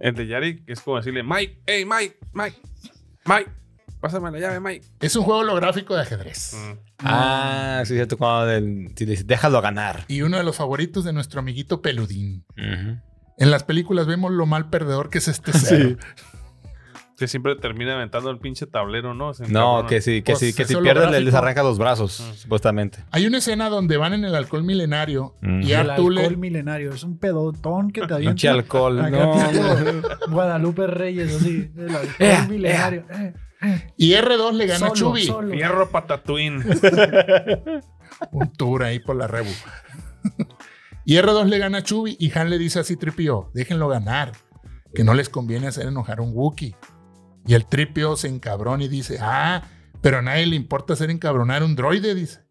[SPEAKER 4] El de Yari es como decirle, Mike, hey, Mike, Mike, Mike, pásame la llave, Mike.
[SPEAKER 1] Es un juego holográfico de ajedrez.
[SPEAKER 3] Ah, sí, cierto. Cuando del, si le dices, déjalo ganar.
[SPEAKER 1] Y uno de los favoritos de nuestro amiguito Peludín.
[SPEAKER 3] Ujú.
[SPEAKER 1] En las películas vemos lo mal perdedor que es este ser.
[SPEAKER 4] Que siempre termina aventando el pinche tablero, ¿no? Se
[SPEAKER 3] No,
[SPEAKER 4] encabrona.
[SPEAKER 3] que sí, que
[SPEAKER 1] Pues,
[SPEAKER 3] sí, que
[SPEAKER 1] es Ah,
[SPEAKER 3] si pierdes le-
[SPEAKER 1] holográfico.
[SPEAKER 3] les arranca los brazos,
[SPEAKER 4] Mm.
[SPEAKER 3] supuestamente.
[SPEAKER 1] Hay una escena donde van en el alcohol milenario
[SPEAKER 3] Mm.
[SPEAKER 1] y Artu
[SPEAKER 2] El alcohol
[SPEAKER 1] le,
[SPEAKER 2] milenario. Es un pedotón que te
[SPEAKER 3] Pinche
[SPEAKER 2] avienta.
[SPEAKER 1] *laughs*
[SPEAKER 3] alcohol.
[SPEAKER 2] Acá
[SPEAKER 3] No,
[SPEAKER 2] tipo *laughs* Guadalupe Reyes, así. El alcohol
[SPEAKER 3] Ea,
[SPEAKER 2] milenario. Eh,
[SPEAKER 1] y R2 le gana
[SPEAKER 2] solo,
[SPEAKER 1] a Chubby.
[SPEAKER 2] solo.
[SPEAKER 4] Fierro
[SPEAKER 3] *laughs*
[SPEAKER 4] patatuín.
[SPEAKER 1] Un tour ahí por la Rebu. y R2 le gana a Chubby y Han le dice así Tripio, déjenlo ganar, que no les conviene hacer enojar a un Wookiee. Y el Tripio se encabrona y dice, ah, pero a nadie le importa hacer encabronar un droide, dice.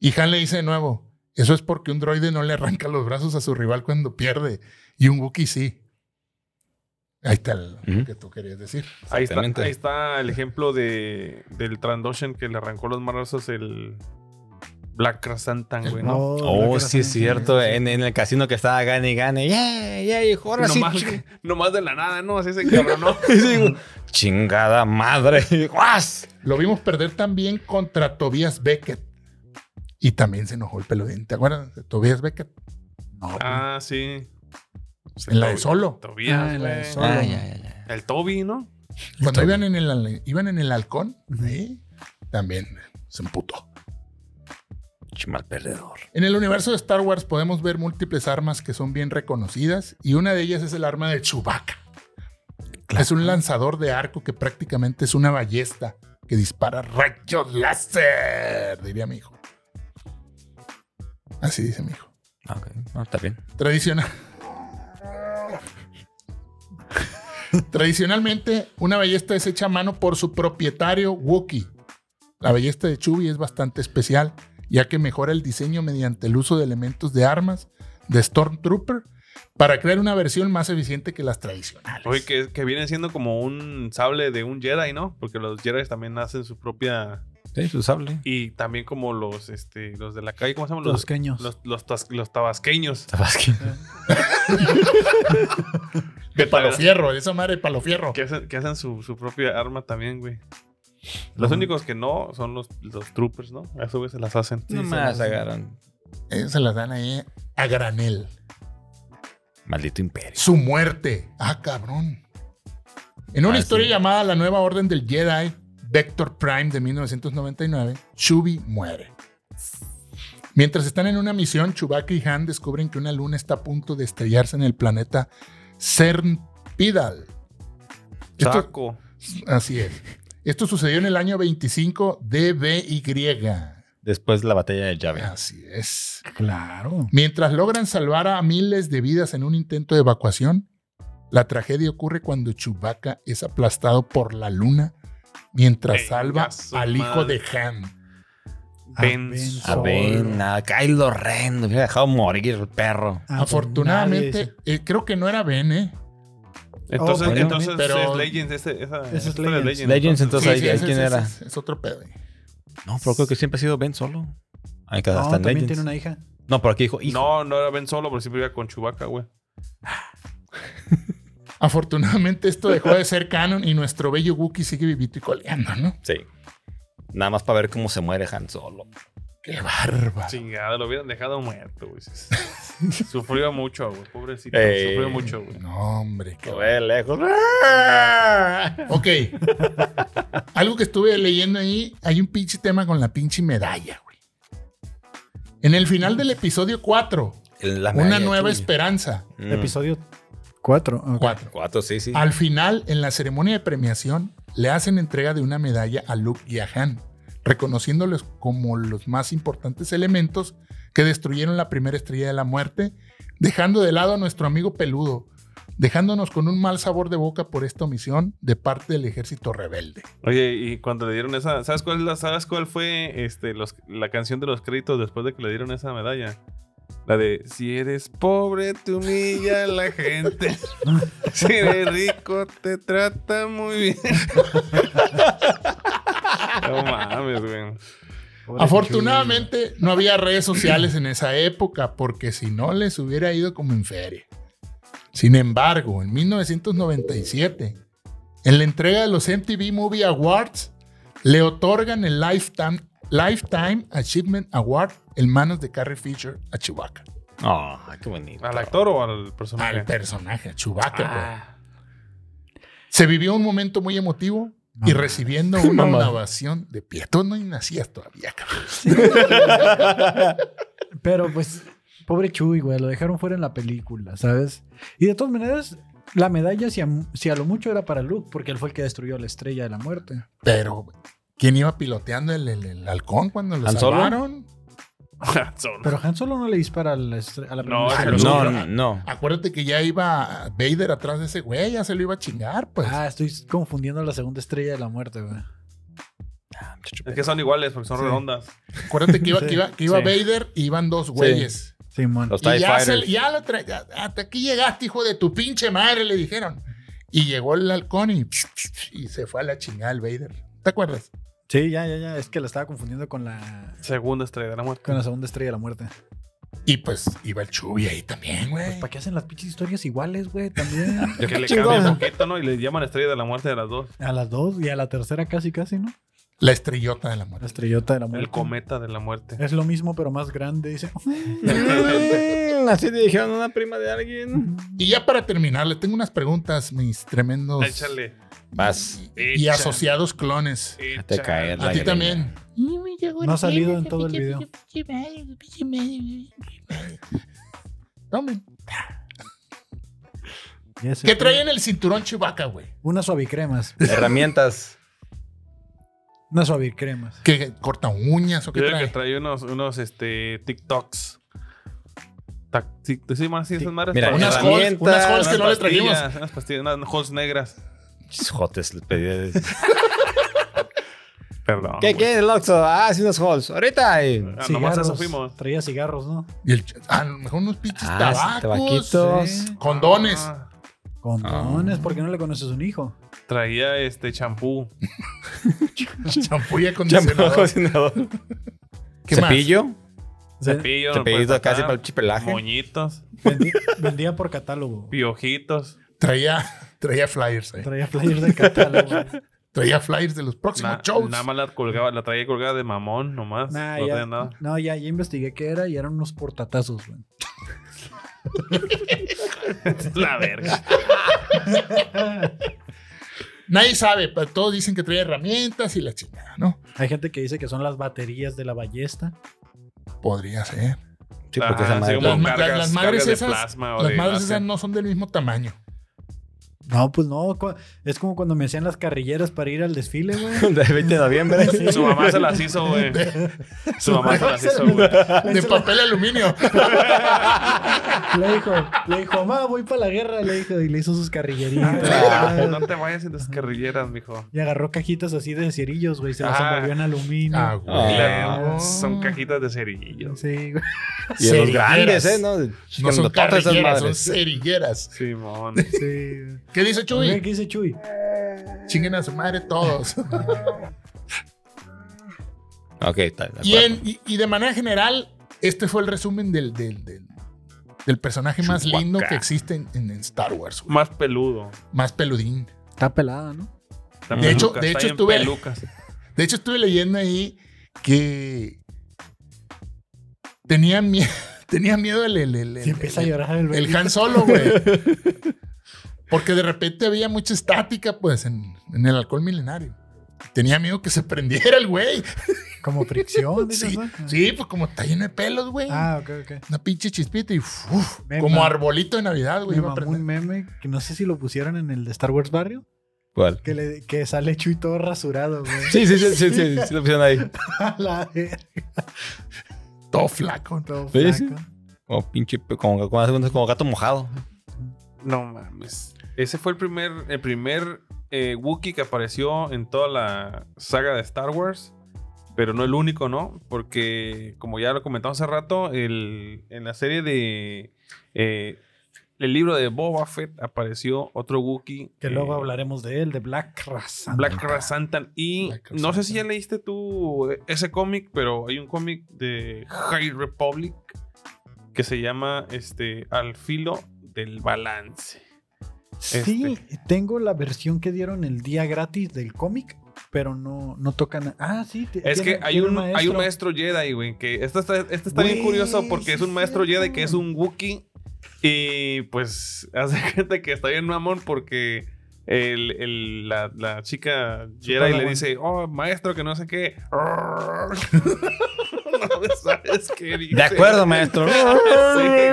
[SPEAKER 1] Y Han le dice de nuevo, eso es porque un droide no le arranca los brazos a su rival cuando pierde, y un Wookiee sí. Ahí está el- lo
[SPEAKER 3] Ujú.
[SPEAKER 1] que tú querías decir.
[SPEAKER 4] Ahí está,
[SPEAKER 3] Exactamente.
[SPEAKER 4] ahí está el ejemplo de, del Trandoshan que le arrancó los marazos el Black Krasantan, güey. ¿no?
[SPEAKER 3] Oh,
[SPEAKER 2] la
[SPEAKER 3] sí, es
[SPEAKER 2] cara,
[SPEAKER 3] cierto.
[SPEAKER 2] sí, sí.
[SPEAKER 3] En, en el casino que estaba gane y gane. ¡Yeah! ¡Yeah! hijo, ahora sí,
[SPEAKER 4] nomás,
[SPEAKER 3] ching-
[SPEAKER 4] nomás de la nada, ¿no? Así se
[SPEAKER 3] *laughs*
[SPEAKER 4] encabronó.
[SPEAKER 3] Y digo, Chingada madre. *laughs* ¡Guas!
[SPEAKER 1] Lo vimos perder también contra Tobias Beckett. Y también se enojó el peludín. ¿Te acuerdas? de Tobias Beckett.
[SPEAKER 4] ah, sí. pues,
[SPEAKER 1] En la de solo.
[SPEAKER 4] Tobias,
[SPEAKER 2] Ah, en la de
[SPEAKER 4] güey.
[SPEAKER 2] Solo.
[SPEAKER 5] Ah, ya, ya, ya.
[SPEAKER 4] El Toby, ¿no?
[SPEAKER 1] Cuando iban en el, iban en el halcón, ahí, también se emputó.
[SPEAKER 3] Chimal perdedor.
[SPEAKER 1] En el universo de Star Wars podemos ver múltiples armas que son bien reconocidas y una de ellas es el arma de Chewbacca. Es un lanzador de arco que prácticamente es una ballesta que dispara rayos láser, diría mi hijo. Así dice mi hijo.
[SPEAKER 3] Ah, ok. No, está bien.
[SPEAKER 1] Tradicional. Tradicionalmente, una ballesta es hecha a mano por su propietario Wookiee. La ballesta de Chubby es bastante especial, ya que mejora el diseño mediante el uso de elementos de armas de Stormtrooper para crear una versión más eficiente que las tradicionales.
[SPEAKER 4] Oye, que, que vienen siendo como un sable de un Jedi, ¿no? Porque los Jedi también hacen su propia.
[SPEAKER 3] Sí, pues, su sable.
[SPEAKER 4] Y también como los este, los de la calle, ¿cómo se llaman?
[SPEAKER 2] Los queños.
[SPEAKER 4] los, los, tas- los tabasqueños.
[SPEAKER 3] Tabasqui.
[SPEAKER 1] de palo fierro, de esa madre de palo fierro.
[SPEAKER 4] Que hacen, que hacen su, su propia arma también, güey. Los únicos que no son los, los troopers, ¿no? A eso güey se las hacen.
[SPEAKER 2] Sí,
[SPEAKER 3] Nomás
[SPEAKER 2] sí, sí.
[SPEAKER 3] agarran.
[SPEAKER 1] Eh, se las dan ahí a granel.
[SPEAKER 3] Maldito imperio.
[SPEAKER 1] Su muerte. Ah, cabrón. En una
[SPEAKER 3] Ah,
[SPEAKER 1] historia
[SPEAKER 3] sí.
[SPEAKER 1] llamada La Nueva Orden del Jedi, Vector Prime de 1999, Chubby muere. Mientras están en una misión, Chewbacca y Han descubren que una luna está a punto de estrellarse en el planeta Cernpidal. Esto-
[SPEAKER 4] Saco.
[SPEAKER 1] así es. Esto sucedió en el año 25 DBY.
[SPEAKER 3] Después de la batalla de llave.
[SPEAKER 1] Así es.
[SPEAKER 2] Claro.
[SPEAKER 1] Mientras logran salvar a miles de vidas en un intento de evacuación, la tragedia ocurre cuando Chewbacca es aplastado por la luna mientras
[SPEAKER 4] Venga
[SPEAKER 1] salva
[SPEAKER 4] su
[SPEAKER 1] al hijo
[SPEAKER 4] madre.
[SPEAKER 1] de Han.
[SPEAKER 4] Ben.
[SPEAKER 2] Ben.
[SPEAKER 3] A ver, nada. Kylo Ren. Me hubiera dejado morir el perro.
[SPEAKER 2] pues, Ah,
[SPEAKER 1] Afortunadamente, eh, creo que no era Ben, ¿eh?
[SPEAKER 4] Entonces,
[SPEAKER 2] Oh, bueno,
[SPEAKER 4] entonces
[SPEAKER 1] pero-
[SPEAKER 4] es Legends. Ese, esa,
[SPEAKER 2] Ese es
[SPEAKER 4] esta de
[SPEAKER 2] Legends.
[SPEAKER 3] Legends, entonces ahí, ahí
[SPEAKER 1] es, es-
[SPEAKER 3] quién era.
[SPEAKER 1] Es, es otro pedo.
[SPEAKER 3] No, pero creo que siempre ha sido Ben solo. Hay que
[SPEAKER 2] No,
[SPEAKER 3] hasta en
[SPEAKER 2] también
[SPEAKER 3] Legends.
[SPEAKER 2] tiene una hija.
[SPEAKER 3] No, pero aquí dijo, hijo.
[SPEAKER 4] No, no era Ben solo, pero siempre iba con Chewbacca, güey.
[SPEAKER 1] Afortunadamente, esto dejó de ser canon y nuestro bello Wookiee sigue vivito y coleando, ¿no?
[SPEAKER 3] Sí. Nada más para ver cómo se muere Han Solo.
[SPEAKER 1] Qué barba.
[SPEAKER 4] Chingada, lo hubieran dejado muerto, güey. Sufrió mucho, güey. Pobrecito.
[SPEAKER 3] Ey.
[SPEAKER 4] Sufrió mucho, güey.
[SPEAKER 1] No, hombre. qué
[SPEAKER 3] Que ve de lejos.
[SPEAKER 1] Ok. Algo que estuve leyendo ahí, hay un pinche tema con la pinche medalla, güey. En el final del episodio 4,
[SPEAKER 3] La
[SPEAKER 1] Una
[SPEAKER 3] medalla
[SPEAKER 1] nueva
[SPEAKER 3] chulla.
[SPEAKER 1] esperanza.
[SPEAKER 3] Mm.
[SPEAKER 2] Episodio 4.
[SPEAKER 1] 4.
[SPEAKER 3] Cuatro, sí, sí.
[SPEAKER 1] Al final, en la ceremonia de premiación, le hacen entrega de una medalla a Luke y a Han, reconociéndoles como los más importantes elementos que destruyeron la primera estrella de la muerte, dejando de lado a nuestro amigo peludo, dejándonos con un mal sabor de boca por esta omisión de parte del ejército rebelde.
[SPEAKER 4] Oye, y cuando le dieron esa. ¿Sabes cuál, es la- sabes cuál fue este, los- la canción de los créditos después de que le dieron esa medalla? La de Si eres pobre, te humilla la gente. Si eres rico, te trata muy bien. No mames, güey.
[SPEAKER 1] Afortunadamente, no había redes sociales en esa época, porque si no les hubiera ido como en feria. Sin embargo, en 1997, en la entrega de los MTV Movie Awards, le otorgan el Lifetime, Lifetime Achievement Award en manos de Carrie Fisher a Chewbacca.
[SPEAKER 3] Ah, qué bonito.
[SPEAKER 4] ¿Al actor o al personaje?
[SPEAKER 1] Al personaje, a Chewbacca. pues.
[SPEAKER 4] Ah.
[SPEAKER 1] Se vivió un momento muy emotivo y
[SPEAKER 2] Mamá.
[SPEAKER 1] recibiendo una
[SPEAKER 3] Mamá.
[SPEAKER 1] ovación de pie. Tú no nacías todavía, cabrón.
[SPEAKER 2] Pero pues, pobre Chuy, güey, lo dejaron fuera en la película, ¿sabes? Y de todas maneras, la medalla, si a, si a lo mucho era para Luke, porque él fue el que destruyó la estrella de la muerte.
[SPEAKER 1] Pero, ¿quién iba piloteando el, el- el halcón cuando lo
[SPEAKER 3] ¿Han Solo?
[SPEAKER 1] salvaron?
[SPEAKER 4] Solo.
[SPEAKER 2] Pero Han Solo no le dispara a la, estre- a la primera
[SPEAKER 4] No, es
[SPEAKER 1] el
[SPEAKER 2] estrella.
[SPEAKER 1] Solo.
[SPEAKER 3] No, no, no.
[SPEAKER 1] Acuérdate que ya iba Vader atrás de ese güey, ya se lo iba a chingar, pues.
[SPEAKER 2] Ah, estoy confundiendo la segunda estrella de la muerte, güey.
[SPEAKER 4] Es que son iguales porque son
[SPEAKER 2] Sí.
[SPEAKER 4] redondas.
[SPEAKER 1] Acuérdate
[SPEAKER 3] *laughs*
[SPEAKER 1] que iba, que iba, que iba
[SPEAKER 2] Sí.
[SPEAKER 1] Vader y iban dos güeyes.
[SPEAKER 2] Simón.
[SPEAKER 3] Los
[SPEAKER 1] Y
[SPEAKER 3] TIE
[SPEAKER 1] ya, se,
[SPEAKER 3] Fighters.
[SPEAKER 1] ya lo tra- ya- hasta aquí llegaste, hijo de tu pinche madre, le dijeron. Y llegó el halcón y, y se fue a la chingada el Vader. ¿Te acuerdas?
[SPEAKER 2] Sí, ya, ya, ya. Es que la estaba confundiendo con la,
[SPEAKER 4] Segunda estrella de la muerte.
[SPEAKER 2] con la segunda estrella de la muerte.
[SPEAKER 1] Y pues iba el Chubby ahí también, güey.
[SPEAKER 3] Pues,
[SPEAKER 2] ¿Para qué hacen las pinches historias iguales, güey? También.
[SPEAKER 1] *laughs*
[SPEAKER 4] *laughs* Que le
[SPEAKER 3] Chingón.
[SPEAKER 4] cambian un poquito, ¿no? Y le llaman estrella de la muerte de las dos.
[SPEAKER 2] A las dos y a la tercera casi, casi, ¿no?
[SPEAKER 1] La estrellota de la
[SPEAKER 2] La
[SPEAKER 1] muerte.
[SPEAKER 2] estrellota de la muerte.
[SPEAKER 4] El cometa de
[SPEAKER 1] *laughs*
[SPEAKER 4] la muerte.
[SPEAKER 2] Es lo mismo, pero más grande. Dice,
[SPEAKER 3] Mm, Así te dijeron a una prima de alguien.
[SPEAKER 1] Y ya para terminar, le tengo unas preguntas, mis tremendos
[SPEAKER 4] Échale.
[SPEAKER 3] Vas.
[SPEAKER 1] y asociados clones.
[SPEAKER 3] Ah, Te caer
[SPEAKER 1] A ti también.
[SPEAKER 2] No ha salido en todo el video.
[SPEAKER 1] Tomen.
[SPEAKER 2] Ya sé
[SPEAKER 1] ¿Qué
[SPEAKER 2] que-
[SPEAKER 1] trae en el cinturón Chewbacca, güey?
[SPEAKER 2] Unas suavicremas.
[SPEAKER 3] Herramientas.
[SPEAKER 2] Unas suavicremas.
[SPEAKER 1] ¿Qué corta uñas o qué
[SPEAKER 4] Yo creo que
[SPEAKER 1] trae?
[SPEAKER 4] trae unos, unos este, TikToks. Tac- tic- ¿Sí, man, sí, esas madres?
[SPEAKER 3] Mira,
[SPEAKER 4] Para-
[SPEAKER 1] Unas
[SPEAKER 4] unas
[SPEAKER 1] holes-
[SPEAKER 3] herramientas,
[SPEAKER 1] unas holes que no le
[SPEAKER 4] pastillas,
[SPEAKER 1] trajimos.
[SPEAKER 4] Unas pastillas, unas holes negras.
[SPEAKER 3] Jotes, les pedí.
[SPEAKER 4] Perdón.
[SPEAKER 3] ¿Qué
[SPEAKER 4] güey.
[SPEAKER 3] quieres, el Oxxo? Ah, sí, unos halls. Ahorita. eh.
[SPEAKER 4] Ah, nomás a eso fuimos.
[SPEAKER 2] Traía cigarros, ¿no?
[SPEAKER 1] Y el ch- a lo mejor unos pinches
[SPEAKER 3] Ah,
[SPEAKER 1] tabacos.
[SPEAKER 3] tabaquitos.
[SPEAKER 2] Sí.
[SPEAKER 1] Condones.
[SPEAKER 4] Ah,
[SPEAKER 2] Condones, ¿por qué no le conoces un hijo?
[SPEAKER 4] traía este champú.
[SPEAKER 1] *laughs* Champú y
[SPEAKER 3] Champú,
[SPEAKER 1] acondicionador.
[SPEAKER 3] cocinador.
[SPEAKER 1] ¿Qué más? pues,
[SPEAKER 3] Cepillo.
[SPEAKER 4] Cepillo. no puede
[SPEAKER 3] Cepillito casi
[SPEAKER 4] faltar,
[SPEAKER 3] para el chipelaje.
[SPEAKER 4] Moñitos.
[SPEAKER 2] Vendía, vendía por catálogo.
[SPEAKER 4] Piojitos.
[SPEAKER 1] Traía, traía flyers, eh.
[SPEAKER 2] Traía flyers
[SPEAKER 1] *laughs*
[SPEAKER 2] de catálogo.
[SPEAKER 1] Traía flyers de los próximos
[SPEAKER 4] Na-
[SPEAKER 1] shows.
[SPEAKER 4] nada más la colgaba, la traía colgada de mamón nomás.
[SPEAKER 2] Nah,
[SPEAKER 4] no
[SPEAKER 2] ya,
[SPEAKER 4] traía nada. *laughs*
[SPEAKER 2] no, ya, ya investigué qué era y eran unos portatazos, güey.
[SPEAKER 4] La verga.
[SPEAKER 1] Nadie sabe, pero todos dicen que trae herramientas y la chingada, ¿no?
[SPEAKER 2] Hay gente que dice que son las baterías de la ballesta.
[SPEAKER 1] Podría ser.
[SPEAKER 3] Sí, porque esa
[SPEAKER 4] Ajá,
[SPEAKER 3] madre.
[SPEAKER 4] sí, como
[SPEAKER 1] Las, ma-
[SPEAKER 4] cargas-
[SPEAKER 1] las madres
[SPEAKER 4] cargas de
[SPEAKER 1] esas,
[SPEAKER 4] plasma o
[SPEAKER 1] las
[SPEAKER 4] de
[SPEAKER 1] madres
[SPEAKER 4] láser.
[SPEAKER 1] esas no son del mismo
[SPEAKER 4] *laughs*
[SPEAKER 1] tamaño.
[SPEAKER 2] No, pues no. cu- Es como cuando me hacían las carrilleras para ir al desfile,
[SPEAKER 1] *laughs*
[SPEAKER 2] güey.
[SPEAKER 3] De 20 de noviembre.
[SPEAKER 4] Su mamá se las hizo, güey. Su mamá se las hizo, güey.
[SPEAKER 1] De papel aluminio.
[SPEAKER 2] Le dijo, le dijo, mamá, voy para la guerra, le dijo, y le hizo
[SPEAKER 1] *laughs*
[SPEAKER 2] sus
[SPEAKER 4] Ah,
[SPEAKER 2] carrilleritas.
[SPEAKER 4] No te vayas en descarrilleras, mijo.
[SPEAKER 2] *laughs* y agarró cajitas así de cerillos, güey, se las
[SPEAKER 4] Ah.
[SPEAKER 2] envolvió en aluminio.
[SPEAKER 1] Ah, güey.
[SPEAKER 4] Claro, son cajitas de cerillos.
[SPEAKER 2] Sí, güey.
[SPEAKER 3] Y de los
[SPEAKER 1] Cerilleras.
[SPEAKER 3] grandes, ¿eh? No,
[SPEAKER 1] No son
[SPEAKER 3] Grandototas esas
[SPEAKER 1] carrilleras, son
[SPEAKER 3] madres.
[SPEAKER 1] cerilleras.
[SPEAKER 4] Simón.
[SPEAKER 2] Sí. güey.
[SPEAKER 1] ¿Qué dice
[SPEAKER 2] A ver,
[SPEAKER 1] Chuy?
[SPEAKER 2] ¿Qué dice Chuy?
[SPEAKER 1] Chinguen a su madre
[SPEAKER 3] *laughs*
[SPEAKER 1] todos.
[SPEAKER 3] Ok, está de
[SPEAKER 1] Y, en-
[SPEAKER 3] acuerdo.
[SPEAKER 1] y- y de manera general, este fue el resumen del, del, del- del personaje más
[SPEAKER 3] Chewbacca.
[SPEAKER 1] lindo que existe en, en- en Star Wars. güey.
[SPEAKER 4] Más peludo.
[SPEAKER 1] Más peludín.
[SPEAKER 2] Está pelada, ¿no?
[SPEAKER 4] Está
[SPEAKER 1] De hecho-
[SPEAKER 4] peluca,
[SPEAKER 1] de
[SPEAKER 4] está
[SPEAKER 1] hecho
[SPEAKER 4] bien
[SPEAKER 1] estuve-
[SPEAKER 4] pelucas.
[SPEAKER 1] De hecho, estuve leyendo ahí que tenía, mie- *laughs* tenía miedo el, el, el-
[SPEAKER 2] Se
[SPEAKER 1] el-
[SPEAKER 2] empieza a
[SPEAKER 1] el-
[SPEAKER 2] llorar el
[SPEAKER 1] el
[SPEAKER 2] bebé.
[SPEAKER 1] Han Solo, güey. Porque de repente había mucha estática, pues, en, en el alcohol milenario. Tenía miedo que se prendiera el güey.
[SPEAKER 2] Como fricción. dices,
[SPEAKER 1] Sí,
[SPEAKER 2] ¿no?
[SPEAKER 1] sí, pues como está lleno de pelos, güey.
[SPEAKER 2] Ah, ok, ok.
[SPEAKER 1] Una pinche chispita y uf,
[SPEAKER 2] Me
[SPEAKER 1] como
[SPEAKER 2] ma-
[SPEAKER 1] arbolito de Navidad, güey.
[SPEAKER 2] Me
[SPEAKER 1] iba a
[SPEAKER 2] mamó
[SPEAKER 1] prender.
[SPEAKER 2] un meme que no sé si lo pusieron en el de Star Wars Barrio.
[SPEAKER 3] ¿Cuál?
[SPEAKER 2] Que, le, que sale Chuy todo rasurado, güey.
[SPEAKER 3] Sí, sí, sí, sí, sí, sí, lo pusieron ahí.
[SPEAKER 2] *laughs* A la verga,
[SPEAKER 1] Todo flaco.
[SPEAKER 2] todo
[SPEAKER 3] Sí, sí.
[SPEAKER 2] flaco.
[SPEAKER 3] Como Oh, pinche, como, como, como gato mojado.
[SPEAKER 4] No mames. Ese fue el primer, el primer eh, Wookiee que apareció en toda la saga de Star Wars. Pero no el único, ¿no? Porque, como ya lo comentamos hace rato, el, en la serie de. eh, el libro de Boba Fett apareció otro Wookiee.
[SPEAKER 2] Que luego
[SPEAKER 4] eh,
[SPEAKER 2] hablaremos de él, de Black Raza.
[SPEAKER 4] Black Rat Santan. Y
[SPEAKER 1] Black Rat
[SPEAKER 4] no sé si ya
[SPEAKER 1] Santan.
[SPEAKER 4] leíste tú ese cómic, pero hay un cómic de High Republic que se llama este, Al filo del balance.
[SPEAKER 2] Sí,
[SPEAKER 4] este.
[SPEAKER 2] tengo la versión que dieron el día gratis del cómic, pero no, no tocan. Ah, sí. te-
[SPEAKER 4] Es
[SPEAKER 2] tiene-
[SPEAKER 4] que hay
[SPEAKER 2] tiene
[SPEAKER 4] un, hay un maestro Jedi, güey, que esto está, esto está bien
[SPEAKER 2] Güey,
[SPEAKER 4] curioso porque
[SPEAKER 2] sí
[SPEAKER 4] es un
[SPEAKER 2] es
[SPEAKER 4] maestro
[SPEAKER 2] cierto.
[SPEAKER 4] Jedi que es un Wookiee y pues *laughs* hace gente que está bien mamón porque el, el- la, la chica Jedi le
[SPEAKER 2] padawan.
[SPEAKER 4] dice, oh, maestro, que no sé qué. *laughs* no sabes qué dice.
[SPEAKER 3] De acuerdo,
[SPEAKER 1] *laughs*
[SPEAKER 4] *laughs*
[SPEAKER 3] maestro.
[SPEAKER 1] Acuérdate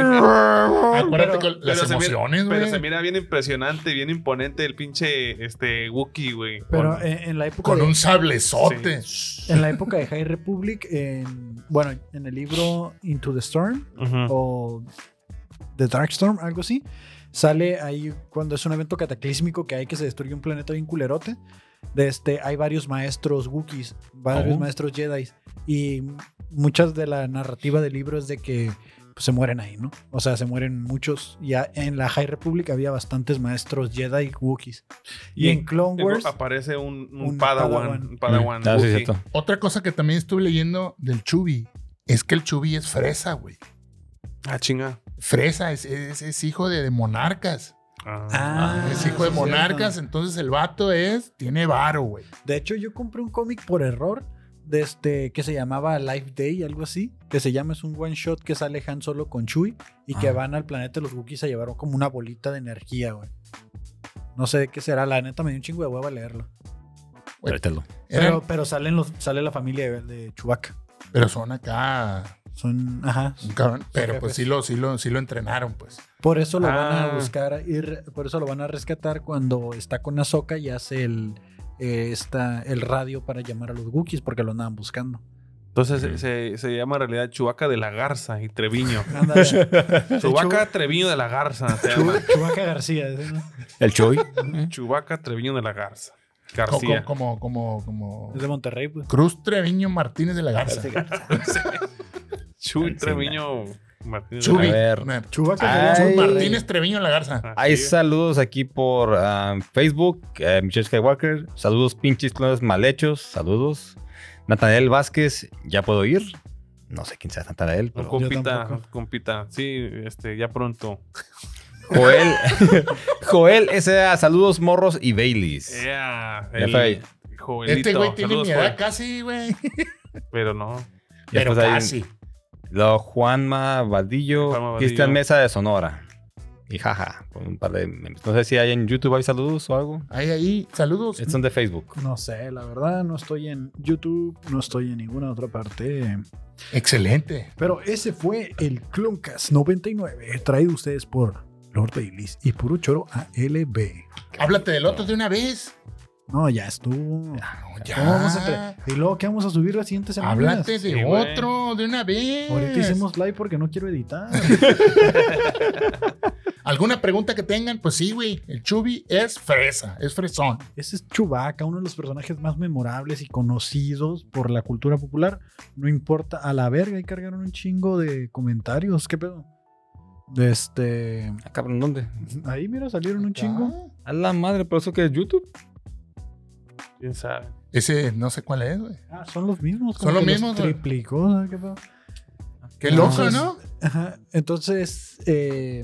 [SPEAKER 2] pero-
[SPEAKER 1] con las
[SPEAKER 4] se mira-
[SPEAKER 1] emociones, güey.
[SPEAKER 4] pero se mira bien impresionante, bien imponente el pinche este, Wookiee, güey.
[SPEAKER 2] Pero
[SPEAKER 4] Con-
[SPEAKER 2] en, en la época.
[SPEAKER 1] Con
[SPEAKER 2] de-
[SPEAKER 1] un sablezote.
[SPEAKER 2] En la época de High Republic, en- bueno, en el libro Into the Storm
[SPEAKER 4] Ujú.
[SPEAKER 2] o The Dark Storm, algo así, sale ahí cuando es un evento cataclísmico que hay que se destruye un planeta bien culerote. De este, hay varios maestros Wookiees, varios
[SPEAKER 3] Oh.
[SPEAKER 2] maestros Jedi, y muchas de la narrativa del libro es de que pues, se mueren ahí, ¿no? O sea, se mueren muchos. Ya en la High Republic había bastantes maestros Jedi Wookiees. Y,
[SPEAKER 4] Y
[SPEAKER 2] en Clone Wars.
[SPEAKER 4] aparece un, un
[SPEAKER 2] un
[SPEAKER 4] Padawan.
[SPEAKER 2] Padawan.
[SPEAKER 4] Un Padawan.
[SPEAKER 3] Ah, sí,
[SPEAKER 4] Wookiee.
[SPEAKER 3] cierto.
[SPEAKER 1] Otra cosa que también estuve leyendo del Chubi es que el Chubi es fresa, güey.
[SPEAKER 4] Ah, chinga.
[SPEAKER 1] Fresa, es, es- es hijo de, de monarcas.
[SPEAKER 2] Ah,
[SPEAKER 1] es hijo de
[SPEAKER 2] sí,
[SPEAKER 1] monarcas,
[SPEAKER 2] cierto.
[SPEAKER 1] entonces el vato es, tiene varo, güey.
[SPEAKER 2] De hecho, yo compré un cómic por error de este que se llamaba Life Day, algo así, que se llama es un one shot que sale Han solo con Chewie y que
[SPEAKER 1] Ah.
[SPEAKER 2] van al planeta de los Wookiees a llevar como una bolita de energía, güey. No sé de qué será, la neta me dio un chingo de hueva leerlo.
[SPEAKER 1] Güey,
[SPEAKER 3] Tráetelo.
[SPEAKER 1] eran-
[SPEAKER 2] Pero, pero salen los, sale la familia de, de Chewbacca.
[SPEAKER 1] pero son acá,
[SPEAKER 2] Son, ajá.
[SPEAKER 1] un cabrón. Pero pues
[SPEAKER 2] jefes.
[SPEAKER 1] sí lo, sí lo, sí lo entrenaron, pues.
[SPEAKER 2] Por eso lo
[SPEAKER 4] Ah.
[SPEAKER 2] van a buscar ir, por eso lo van a rescatar cuando está con Ahsoka y hace el eh, esta- el radio para llamar a los Wookiees porque lo andaban buscando.
[SPEAKER 4] Entonces
[SPEAKER 3] Ujú.
[SPEAKER 4] se, se llama en realidad Chubaca de la Garza y Treviño.
[SPEAKER 2] *laughs* Ándale. Sí,
[SPEAKER 4] Chubaca Treviño de la Garza. Se llama.
[SPEAKER 2] Chubaca García. ¿sí, no?
[SPEAKER 3] El Chuy.
[SPEAKER 4] Chubaca Treviño de la Garza.
[SPEAKER 1] Co-
[SPEAKER 4] García.
[SPEAKER 1] Como, como, como,
[SPEAKER 2] Es de
[SPEAKER 1] como
[SPEAKER 2] Monterrey, pues.
[SPEAKER 1] Cruz Treviño Martínez de la Garza.
[SPEAKER 4] Chuy
[SPEAKER 3] Ay, sí,
[SPEAKER 4] Treviño Martínez. de la
[SPEAKER 1] Chubi.
[SPEAKER 3] A ver.
[SPEAKER 1] Mer-
[SPEAKER 2] Chubaca
[SPEAKER 3] Ay.
[SPEAKER 1] Chuy
[SPEAKER 2] García.
[SPEAKER 1] Martínez Treviño de la Garza.
[SPEAKER 4] Garza.
[SPEAKER 3] Hay
[SPEAKER 4] Sí.
[SPEAKER 3] saludos aquí por um, Facebook, eh, Michelle Skywalker. Saludos, pinches clones mal hechos. Saludos. Nathaniel Vázquez, ya puedo ir. No sé quién sea Nathaniel,
[SPEAKER 4] Un
[SPEAKER 3] pero.
[SPEAKER 2] Ojo.
[SPEAKER 4] compita,
[SPEAKER 2] tampoco.
[SPEAKER 4] un compita. Sí, este, ya pronto.
[SPEAKER 3] Joel. *laughs* Joel S.A. Saludos, morros y Baileys.
[SPEAKER 4] Eh, Yeah,
[SPEAKER 3] Ya fue ahí.
[SPEAKER 4] Joelito.
[SPEAKER 1] Este güey tiene
[SPEAKER 4] Saludos,
[SPEAKER 1] mi edad
[SPEAKER 4] Joel.
[SPEAKER 1] casi, güey.
[SPEAKER 4] Pero no.
[SPEAKER 3] Y
[SPEAKER 1] Pero
[SPEAKER 3] después hay un-
[SPEAKER 1] casi.
[SPEAKER 3] Lo Juanma Valdillo,
[SPEAKER 4] Juanma Valdillo.
[SPEAKER 3] Cristian Mesa de Sonora. Y jaja. por un par de memes. No sé si hay en YouTube hay saludos o algo.
[SPEAKER 1] Ahí, ahí. Saludos.
[SPEAKER 3] Estos son de Facebook.
[SPEAKER 2] No sé, la verdad, no estoy en YouTube, no estoy en ninguna otra parte.
[SPEAKER 1] Excelente.
[SPEAKER 2] Pero ese fue el Cloncast 99, traído ustedes por Lord Baileys y Puro Choro ALB.
[SPEAKER 1] Háblate del otro de una vez. Ah,
[SPEAKER 2] No, ya estuvo.
[SPEAKER 1] No,
[SPEAKER 2] ¿Cómo vamos a
[SPEAKER 1] ya.
[SPEAKER 2] tra- ¿Y luego qué vamos a subir la siguiente semana?
[SPEAKER 1] Háblate de
[SPEAKER 4] Sí, güey.
[SPEAKER 1] otro de una vez.
[SPEAKER 2] Ahorita hicimos live porque no quiero editar.
[SPEAKER 1] ¿Alguna pregunta que tengan? Pues sí, güey. El Chubi es fresa, es fresón.
[SPEAKER 2] Ese es Chewbacca, uno de los personajes más memorables y conocidos por la cultura popular. No importa, a la verga, ahí cargaron un chingo de comentarios. ¿Qué pedo? De Este.
[SPEAKER 3] Ah, cabrón, ¿dónde?
[SPEAKER 2] Ahí, mira, salieron un chingo.
[SPEAKER 1] Ah,
[SPEAKER 3] A la madre, pero eso que es YouTube.
[SPEAKER 4] ¿Quién sabe?
[SPEAKER 1] Ese no sé cuál es, güey.
[SPEAKER 2] Ah, son los mismos. como
[SPEAKER 1] Son los
[SPEAKER 2] que
[SPEAKER 1] mismos, güey.
[SPEAKER 2] Triplicó, ¿sabes ¿qué pedo?
[SPEAKER 1] Qué
[SPEAKER 2] Ah,
[SPEAKER 1] loco,
[SPEAKER 2] es-
[SPEAKER 1] ¿no?
[SPEAKER 2] Ajá. Entonces, eh,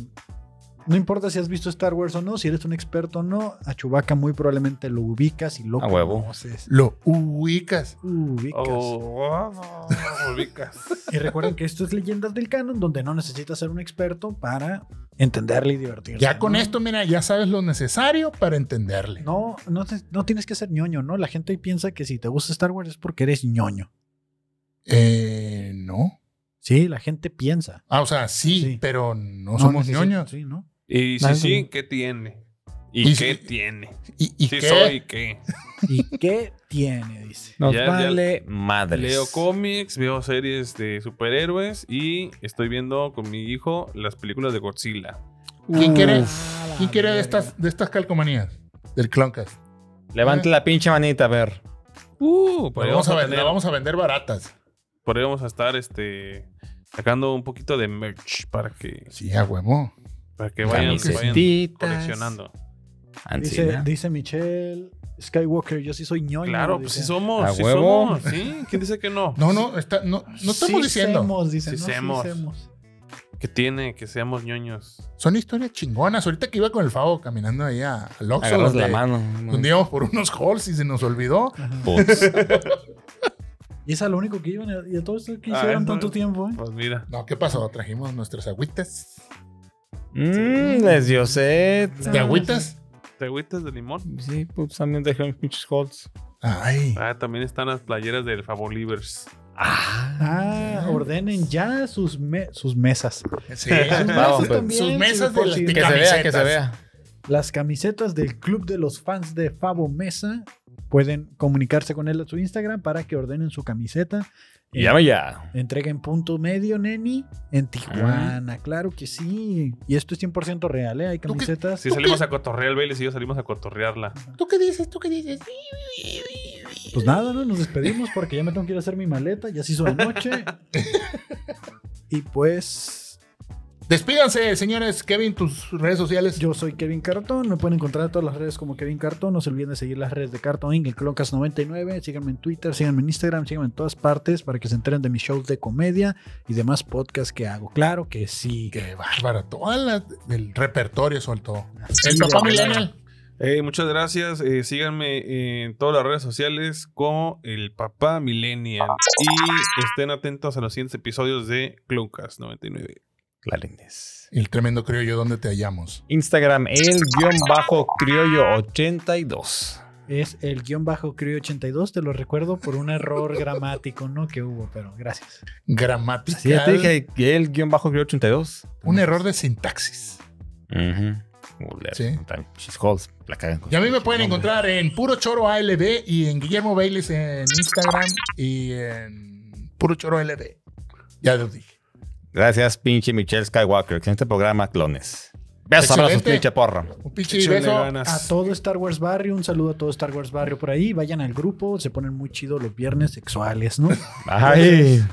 [SPEAKER 2] no importa si has visto Star Wars o no, si eres un experto o no, a Chewbacca muy probablemente lo ubicas y lo
[SPEAKER 3] A huevo.
[SPEAKER 2] conoces.
[SPEAKER 1] Lo ubicas.
[SPEAKER 2] Ubicas.
[SPEAKER 4] Oh, oh, oh, ubicas.
[SPEAKER 2] Y recuerden que esto es Leyendas del Canon, donde no necesitas ser un experto para entenderle y divertirse.
[SPEAKER 1] Ya con
[SPEAKER 2] ¿no?
[SPEAKER 1] esto, mira, ya sabes lo necesario para entenderle.
[SPEAKER 2] No, no, te- no tienes que ser ñoño, ¿no? La gente piensa que si te gusta Star Wars es porque eres ñoño.
[SPEAKER 1] Eh, no.
[SPEAKER 2] Sí, la gente piensa.
[SPEAKER 1] Ah, o sea, sí,
[SPEAKER 2] Sí.
[SPEAKER 1] pero no,
[SPEAKER 2] No
[SPEAKER 1] somos
[SPEAKER 2] necesi-
[SPEAKER 1] ñoños.
[SPEAKER 2] Sí, ¿no?
[SPEAKER 4] Y
[SPEAKER 2] Nada,
[SPEAKER 4] si sí,
[SPEAKER 2] señor.
[SPEAKER 4] ¿qué tiene? ¿Y,
[SPEAKER 1] Y
[SPEAKER 4] qué
[SPEAKER 1] si-
[SPEAKER 4] tiene?
[SPEAKER 1] ¿Y, y
[SPEAKER 4] si
[SPEAKER 1] qué?
[SPEAKER 4] soy qué.
[SPEAKER 2] ¿Y qué tiene? Dice.
[SPEAKER 3] Nos
[SPEAKER 4] Ya- ya-
[SPEAKER 3] vale madres.
[SPEAKER 4] Leo cómics, veo series de superhéroes y estoy viendo con mi hijo las películas de Godzilla.
[SPEAKER 1] ¿Quién quiere,
[SPEAKER 2] Ah, la
[SPEAKER 1] quién quiere de,
[SPEAKER 2] verga.
[SPEAKER 1] estas, de estas calcomanías? Del Cloncast.
[SPEAKER 3] Levante la pinche manita, a ver.
[SPEAKER 4] Uh, por
[SPEAKER 1] La
[SPEAKER 4] ahí
[SPEAKER 1] vamos,
[SPEAKER 4] vamos
[SPEAKER 1] a
[SPEAKER 4] a
[SPEAKER 1] ven- la
[SPEAKER 4] tener-
[SPEAKER 1] vamos a vender baratas.
[SPEAKER 4] por ahí vamos a estar este, sacando un poquito de merch para que,
[SPEAKER 1] Sí, a huevo.
[SPEAKER 4] para que vayan,
[SPEAKER 1] Camisetitas.
[SPEAKER 4] vayan coleccionando.
[SPEAKER 2] Dice,
[SPEAKER 3] Ancina.
[SPEAKER 2] dice Michelle Skywalker, yo sí soy ñoño.
[SPEAKER 4] Claro, pues
[SPEAKER 2] dice.
[SPEAKER 4] sí somos,
[SPEAKER 3] A
[SPEAKER 4] sí
[SPEAKER 3] huevo.
[SPEAKER 4] somos, ¿sí? ¿Quién dice que no?
[SPEAKER 1] No, no, está, no, no estamos
[SPEAKER 2] Sí
[SPEAKER 1] diciendo.
[SPEAKER 2] semos, dice,
[SPEAKER 4] Sí
[SPEAKER 2] no, sí
[SPEAKER 4] semos.
[SPEAKER 2] semos.
[SPEAKER 4] Que tiene, que seamos ñoños.
[SPEAKER 1] Son historias chingonas. Ahorita que iba con el Favo caminando ahí a, al Oxxo,
[SPEAKER 3] Agarras la
[SPEAKER 1] donde-
[SPEAKER 3] mano.
[SPEAKER 1] donde íbamos por unos halls y se nos olvidó.
[SPEAKER 2] Ajá.
[SPEAKER 3] Putz.
[SPEAKER 2] Y eso es lo único que iban a- y a todo esto que
[SPEAKER 4] Ah,
[SPEAKER 2] hicieron
[SPEAKER 4] eso-
[SPEAKER 2] tanto tiempo. ¿eh?
[SPEAKER 4] Pues mira.
[SPEAKER 1] No, ¿qué pasó? Trajimos nuestras agüitas.
[SPEAKER 3] Mm, les dio sed.
[SPEAKER 1] ¿De agüitas?
[SPEAKER 4] ¿Te agüitas de limón?
[SPEAKER 3] Sí, pues también dejaron pinches holds.
[SPEAKER 1] Ay.
[SPEAKER 4] Ah, también están las playeras del Favolivers.
[SPEAKER 2] Ah, ordenen ya sus, me- sus mesas.
[SPEAKER 1] Sí.
[SPEAKER 3] Vamos,
[SPEAKER 2] mesas
[SPEAKER 3] pues.
[SPEAKER 2] también,
[SPEAKER 1] Sus
[SPEAKER 2] sí,
[SPEAKER 1] mesas
[SPEAKER 2] por
[SPEAKER 1] de las
[SPEAKER 2] si-
[SPEAKER 3] Que
[SPEAKER 1] tica-
[SPEAKER 3] se vea, que se
[SPEAKER 1] Camisetas.
[SPEAKER 3] vea.
[SPEAKER 2] Las camisetas del club de los fans de Fabo Mesa pueden comunicarse con él a su Instagram para que ordenen su camiseta. Eh,
[SPEAKER 3] Llama ya.
[SPEAKER 2] Entreguen punto medio, neni, en Tijuana. Claro que sí. Y esto es 100% real, ¿eh? Hay
[SPEAKER 1] ¿Tú qué-
[SPEAKER 2] camisetas.
[SPEAKER 4] Si salimos a cotorrear el Bailey, si yo salimos a cotorrearla.
[SPEAKER 1] ¿Tú qué dices? ¿Tú qué dices?
[SPEAKER 2] Pues nada, ¿no? Nos despedimos porque ya me tengo que ir a hacer mi maleta. Ya se hizo de
[SPEAKER 1] *laughs*
[SPEAKER 2] noche. y pues,
[SPEAKER 1] Despídanse, señores. Kevin, tus redes sociales.
[SPEAKER 2] yo soy Kevin Cartón. Me pueden encontrar en todas las redes como Kevin Cartón. No se olviden de seguir las redes de Cartón Inc. El Cloncast99. Síganme en Twitter, síganme en Instagram, síganme en todas partes para que se enteren de mis shows de comedia y demás podcasts que hago. Claro que sí.
[SPEAKER 1] Qué bárbara. Todo el repertorio soltó.
[SPEAKER 2] Así
[SPEAKER 1] El papá
[SPEAKER 2] de-
[SPEAKER 1] millennial.
[SPEAKER 4] Eh, muchas gracias. eh, síganme en todas las redes sociales como el papá millennial. Y estén atentos a los siguientes episodios de Cloncast 99.
[SPEAKER 3] Clarines.
[SPEAKER 1] El tremendo criollo, ¿dónde te hallamos?
[SPEAKER 3] Instagram, el guión bajo criollo 82.
[SPEAKER 2] Es el guión bajo Creo 82. Te lo recuerdo por un error *laughs* gramático, ¿no? Que hubo, pero gracias.
[SPEAKER 1] Gramatical.
[SPEAKER 3] Sí, ya te dije que el guión bajo criollo 82.
[SPEAKER 1] Un error de sintaxis. Sí.
[SPEAKER 3] Sí. She's holes. La cagan con
[SPEAKER 1] Y a mí me
[SPEAKER 3] sus
[SPEAKER 1] pueden
[SPEAKER 3] nombres.
[SPEAKER 1] encontrar en Puro Choro ALB y en Guillermo Bailes en Instagram y en Puro Choro LB. Ya lo dije.
[SPEAKER 3] Gracias, pinche Michelle Skywalker. Excelente programa, clones. Besos,
[SPEAKER 1] Excelente.
[SPEAKER 3] abrazos, pinche porra.
[SPEAKER 1] Un pinche
[SPEAKER 4] Échenle
[SPEAKER 1] beso.
[SPEAKER 4] ganas.
[SPEAKER 2] A todo Star Wars Barrio, un saludo a todo Star Wars Barrio por ahí. Vayan al grupo, se ponen muy chido los viernes sexuales, ¿no? *laughs*
[SPEAKER 3] Ay.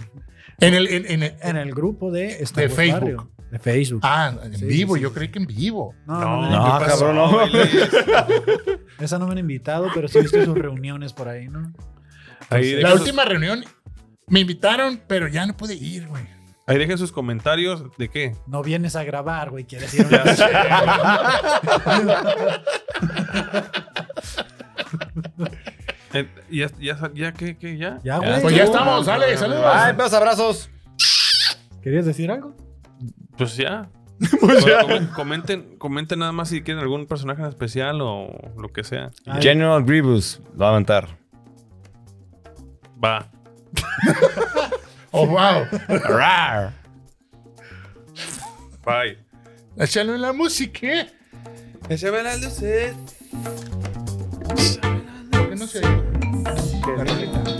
[SPEAKER 1] En el, en- en el-
[SPEAKER 2] En el grupo de Star
[SPEAKER 1] De
[SPEAKER 2] Wars
[SPEAKER 1] Facebook.
[SPEAKER 2] Barrio. De Facebook.
[SPEAKER 1] ah, en
[SPEAKER 2] Sí,
[SPEAKER 1] vivo.
[SPEAKER 2] sí,
[SPEAKER 1] yo
[SPEAKER 2] sí.
[SPEAKER 1] creí que en vivo.
[SPEAKER 2] no, no, me-
[SPEAKER 3] no.
[SPEAKER 4] ¿qué pasó,
[SPEAKER 3] cabrón, no.
[SPEAKER 4] Bailey?
[SPEAKER 2] esa no me han invitado, pero sí he visto sus reuniones por ahí, ¿no?
[SPEAKER 4] *laughs* Ahí
[SPEAKER 1] La
[SPEAKER 4] dejen, sus,
[SPEAKER 1] última reunión me invitaron, pero ya no pude ir, güey.
[SPEAKER 4] ahí dejen sus comentarios de qué.
[SPEAKER 2] No vienes a grabar, güey, quieres ir a
[SPEAKER 4] *laughs* Ya
[SPEAKER 2] una-
[SPEAKER 4] sé. Eh, ¿Ya, ya, ya, qué, qué, ya?
[SPEAKER 2] Ya, güey.
[SPEAKER 1] Pues ya estamos, sale, saludos.
[SPEAKER 3] Ay, besos, abrazos.
[SPEAKER 2] ¿Querías decir algo?
[SPEAKER 4] Pues ya.
[SPEAKER 3] *laughs* Pues
[SPEAKER 4] Bueno,
[SPEAKER 3] ya.
[SPEAKER 4] comen- comenten, comenten nada más si quieren algún personaje en especial o lo que sea.
[SPEAKER 2] Ay.
[SPEAKER 3] General Grievous lo va a aventar.
[SPEAKER 4] Va.
[SPEAKER 1] Oh, wow.
[SPEAKER 3] Rar.
[SPEAKER 4] Bye.
[SPEAKER 1] Échale la música. ¿eh?
[SPEAKER 4] Échame las luces.
[SPEAKER 1] ¿Por qué no se oye? La rolita.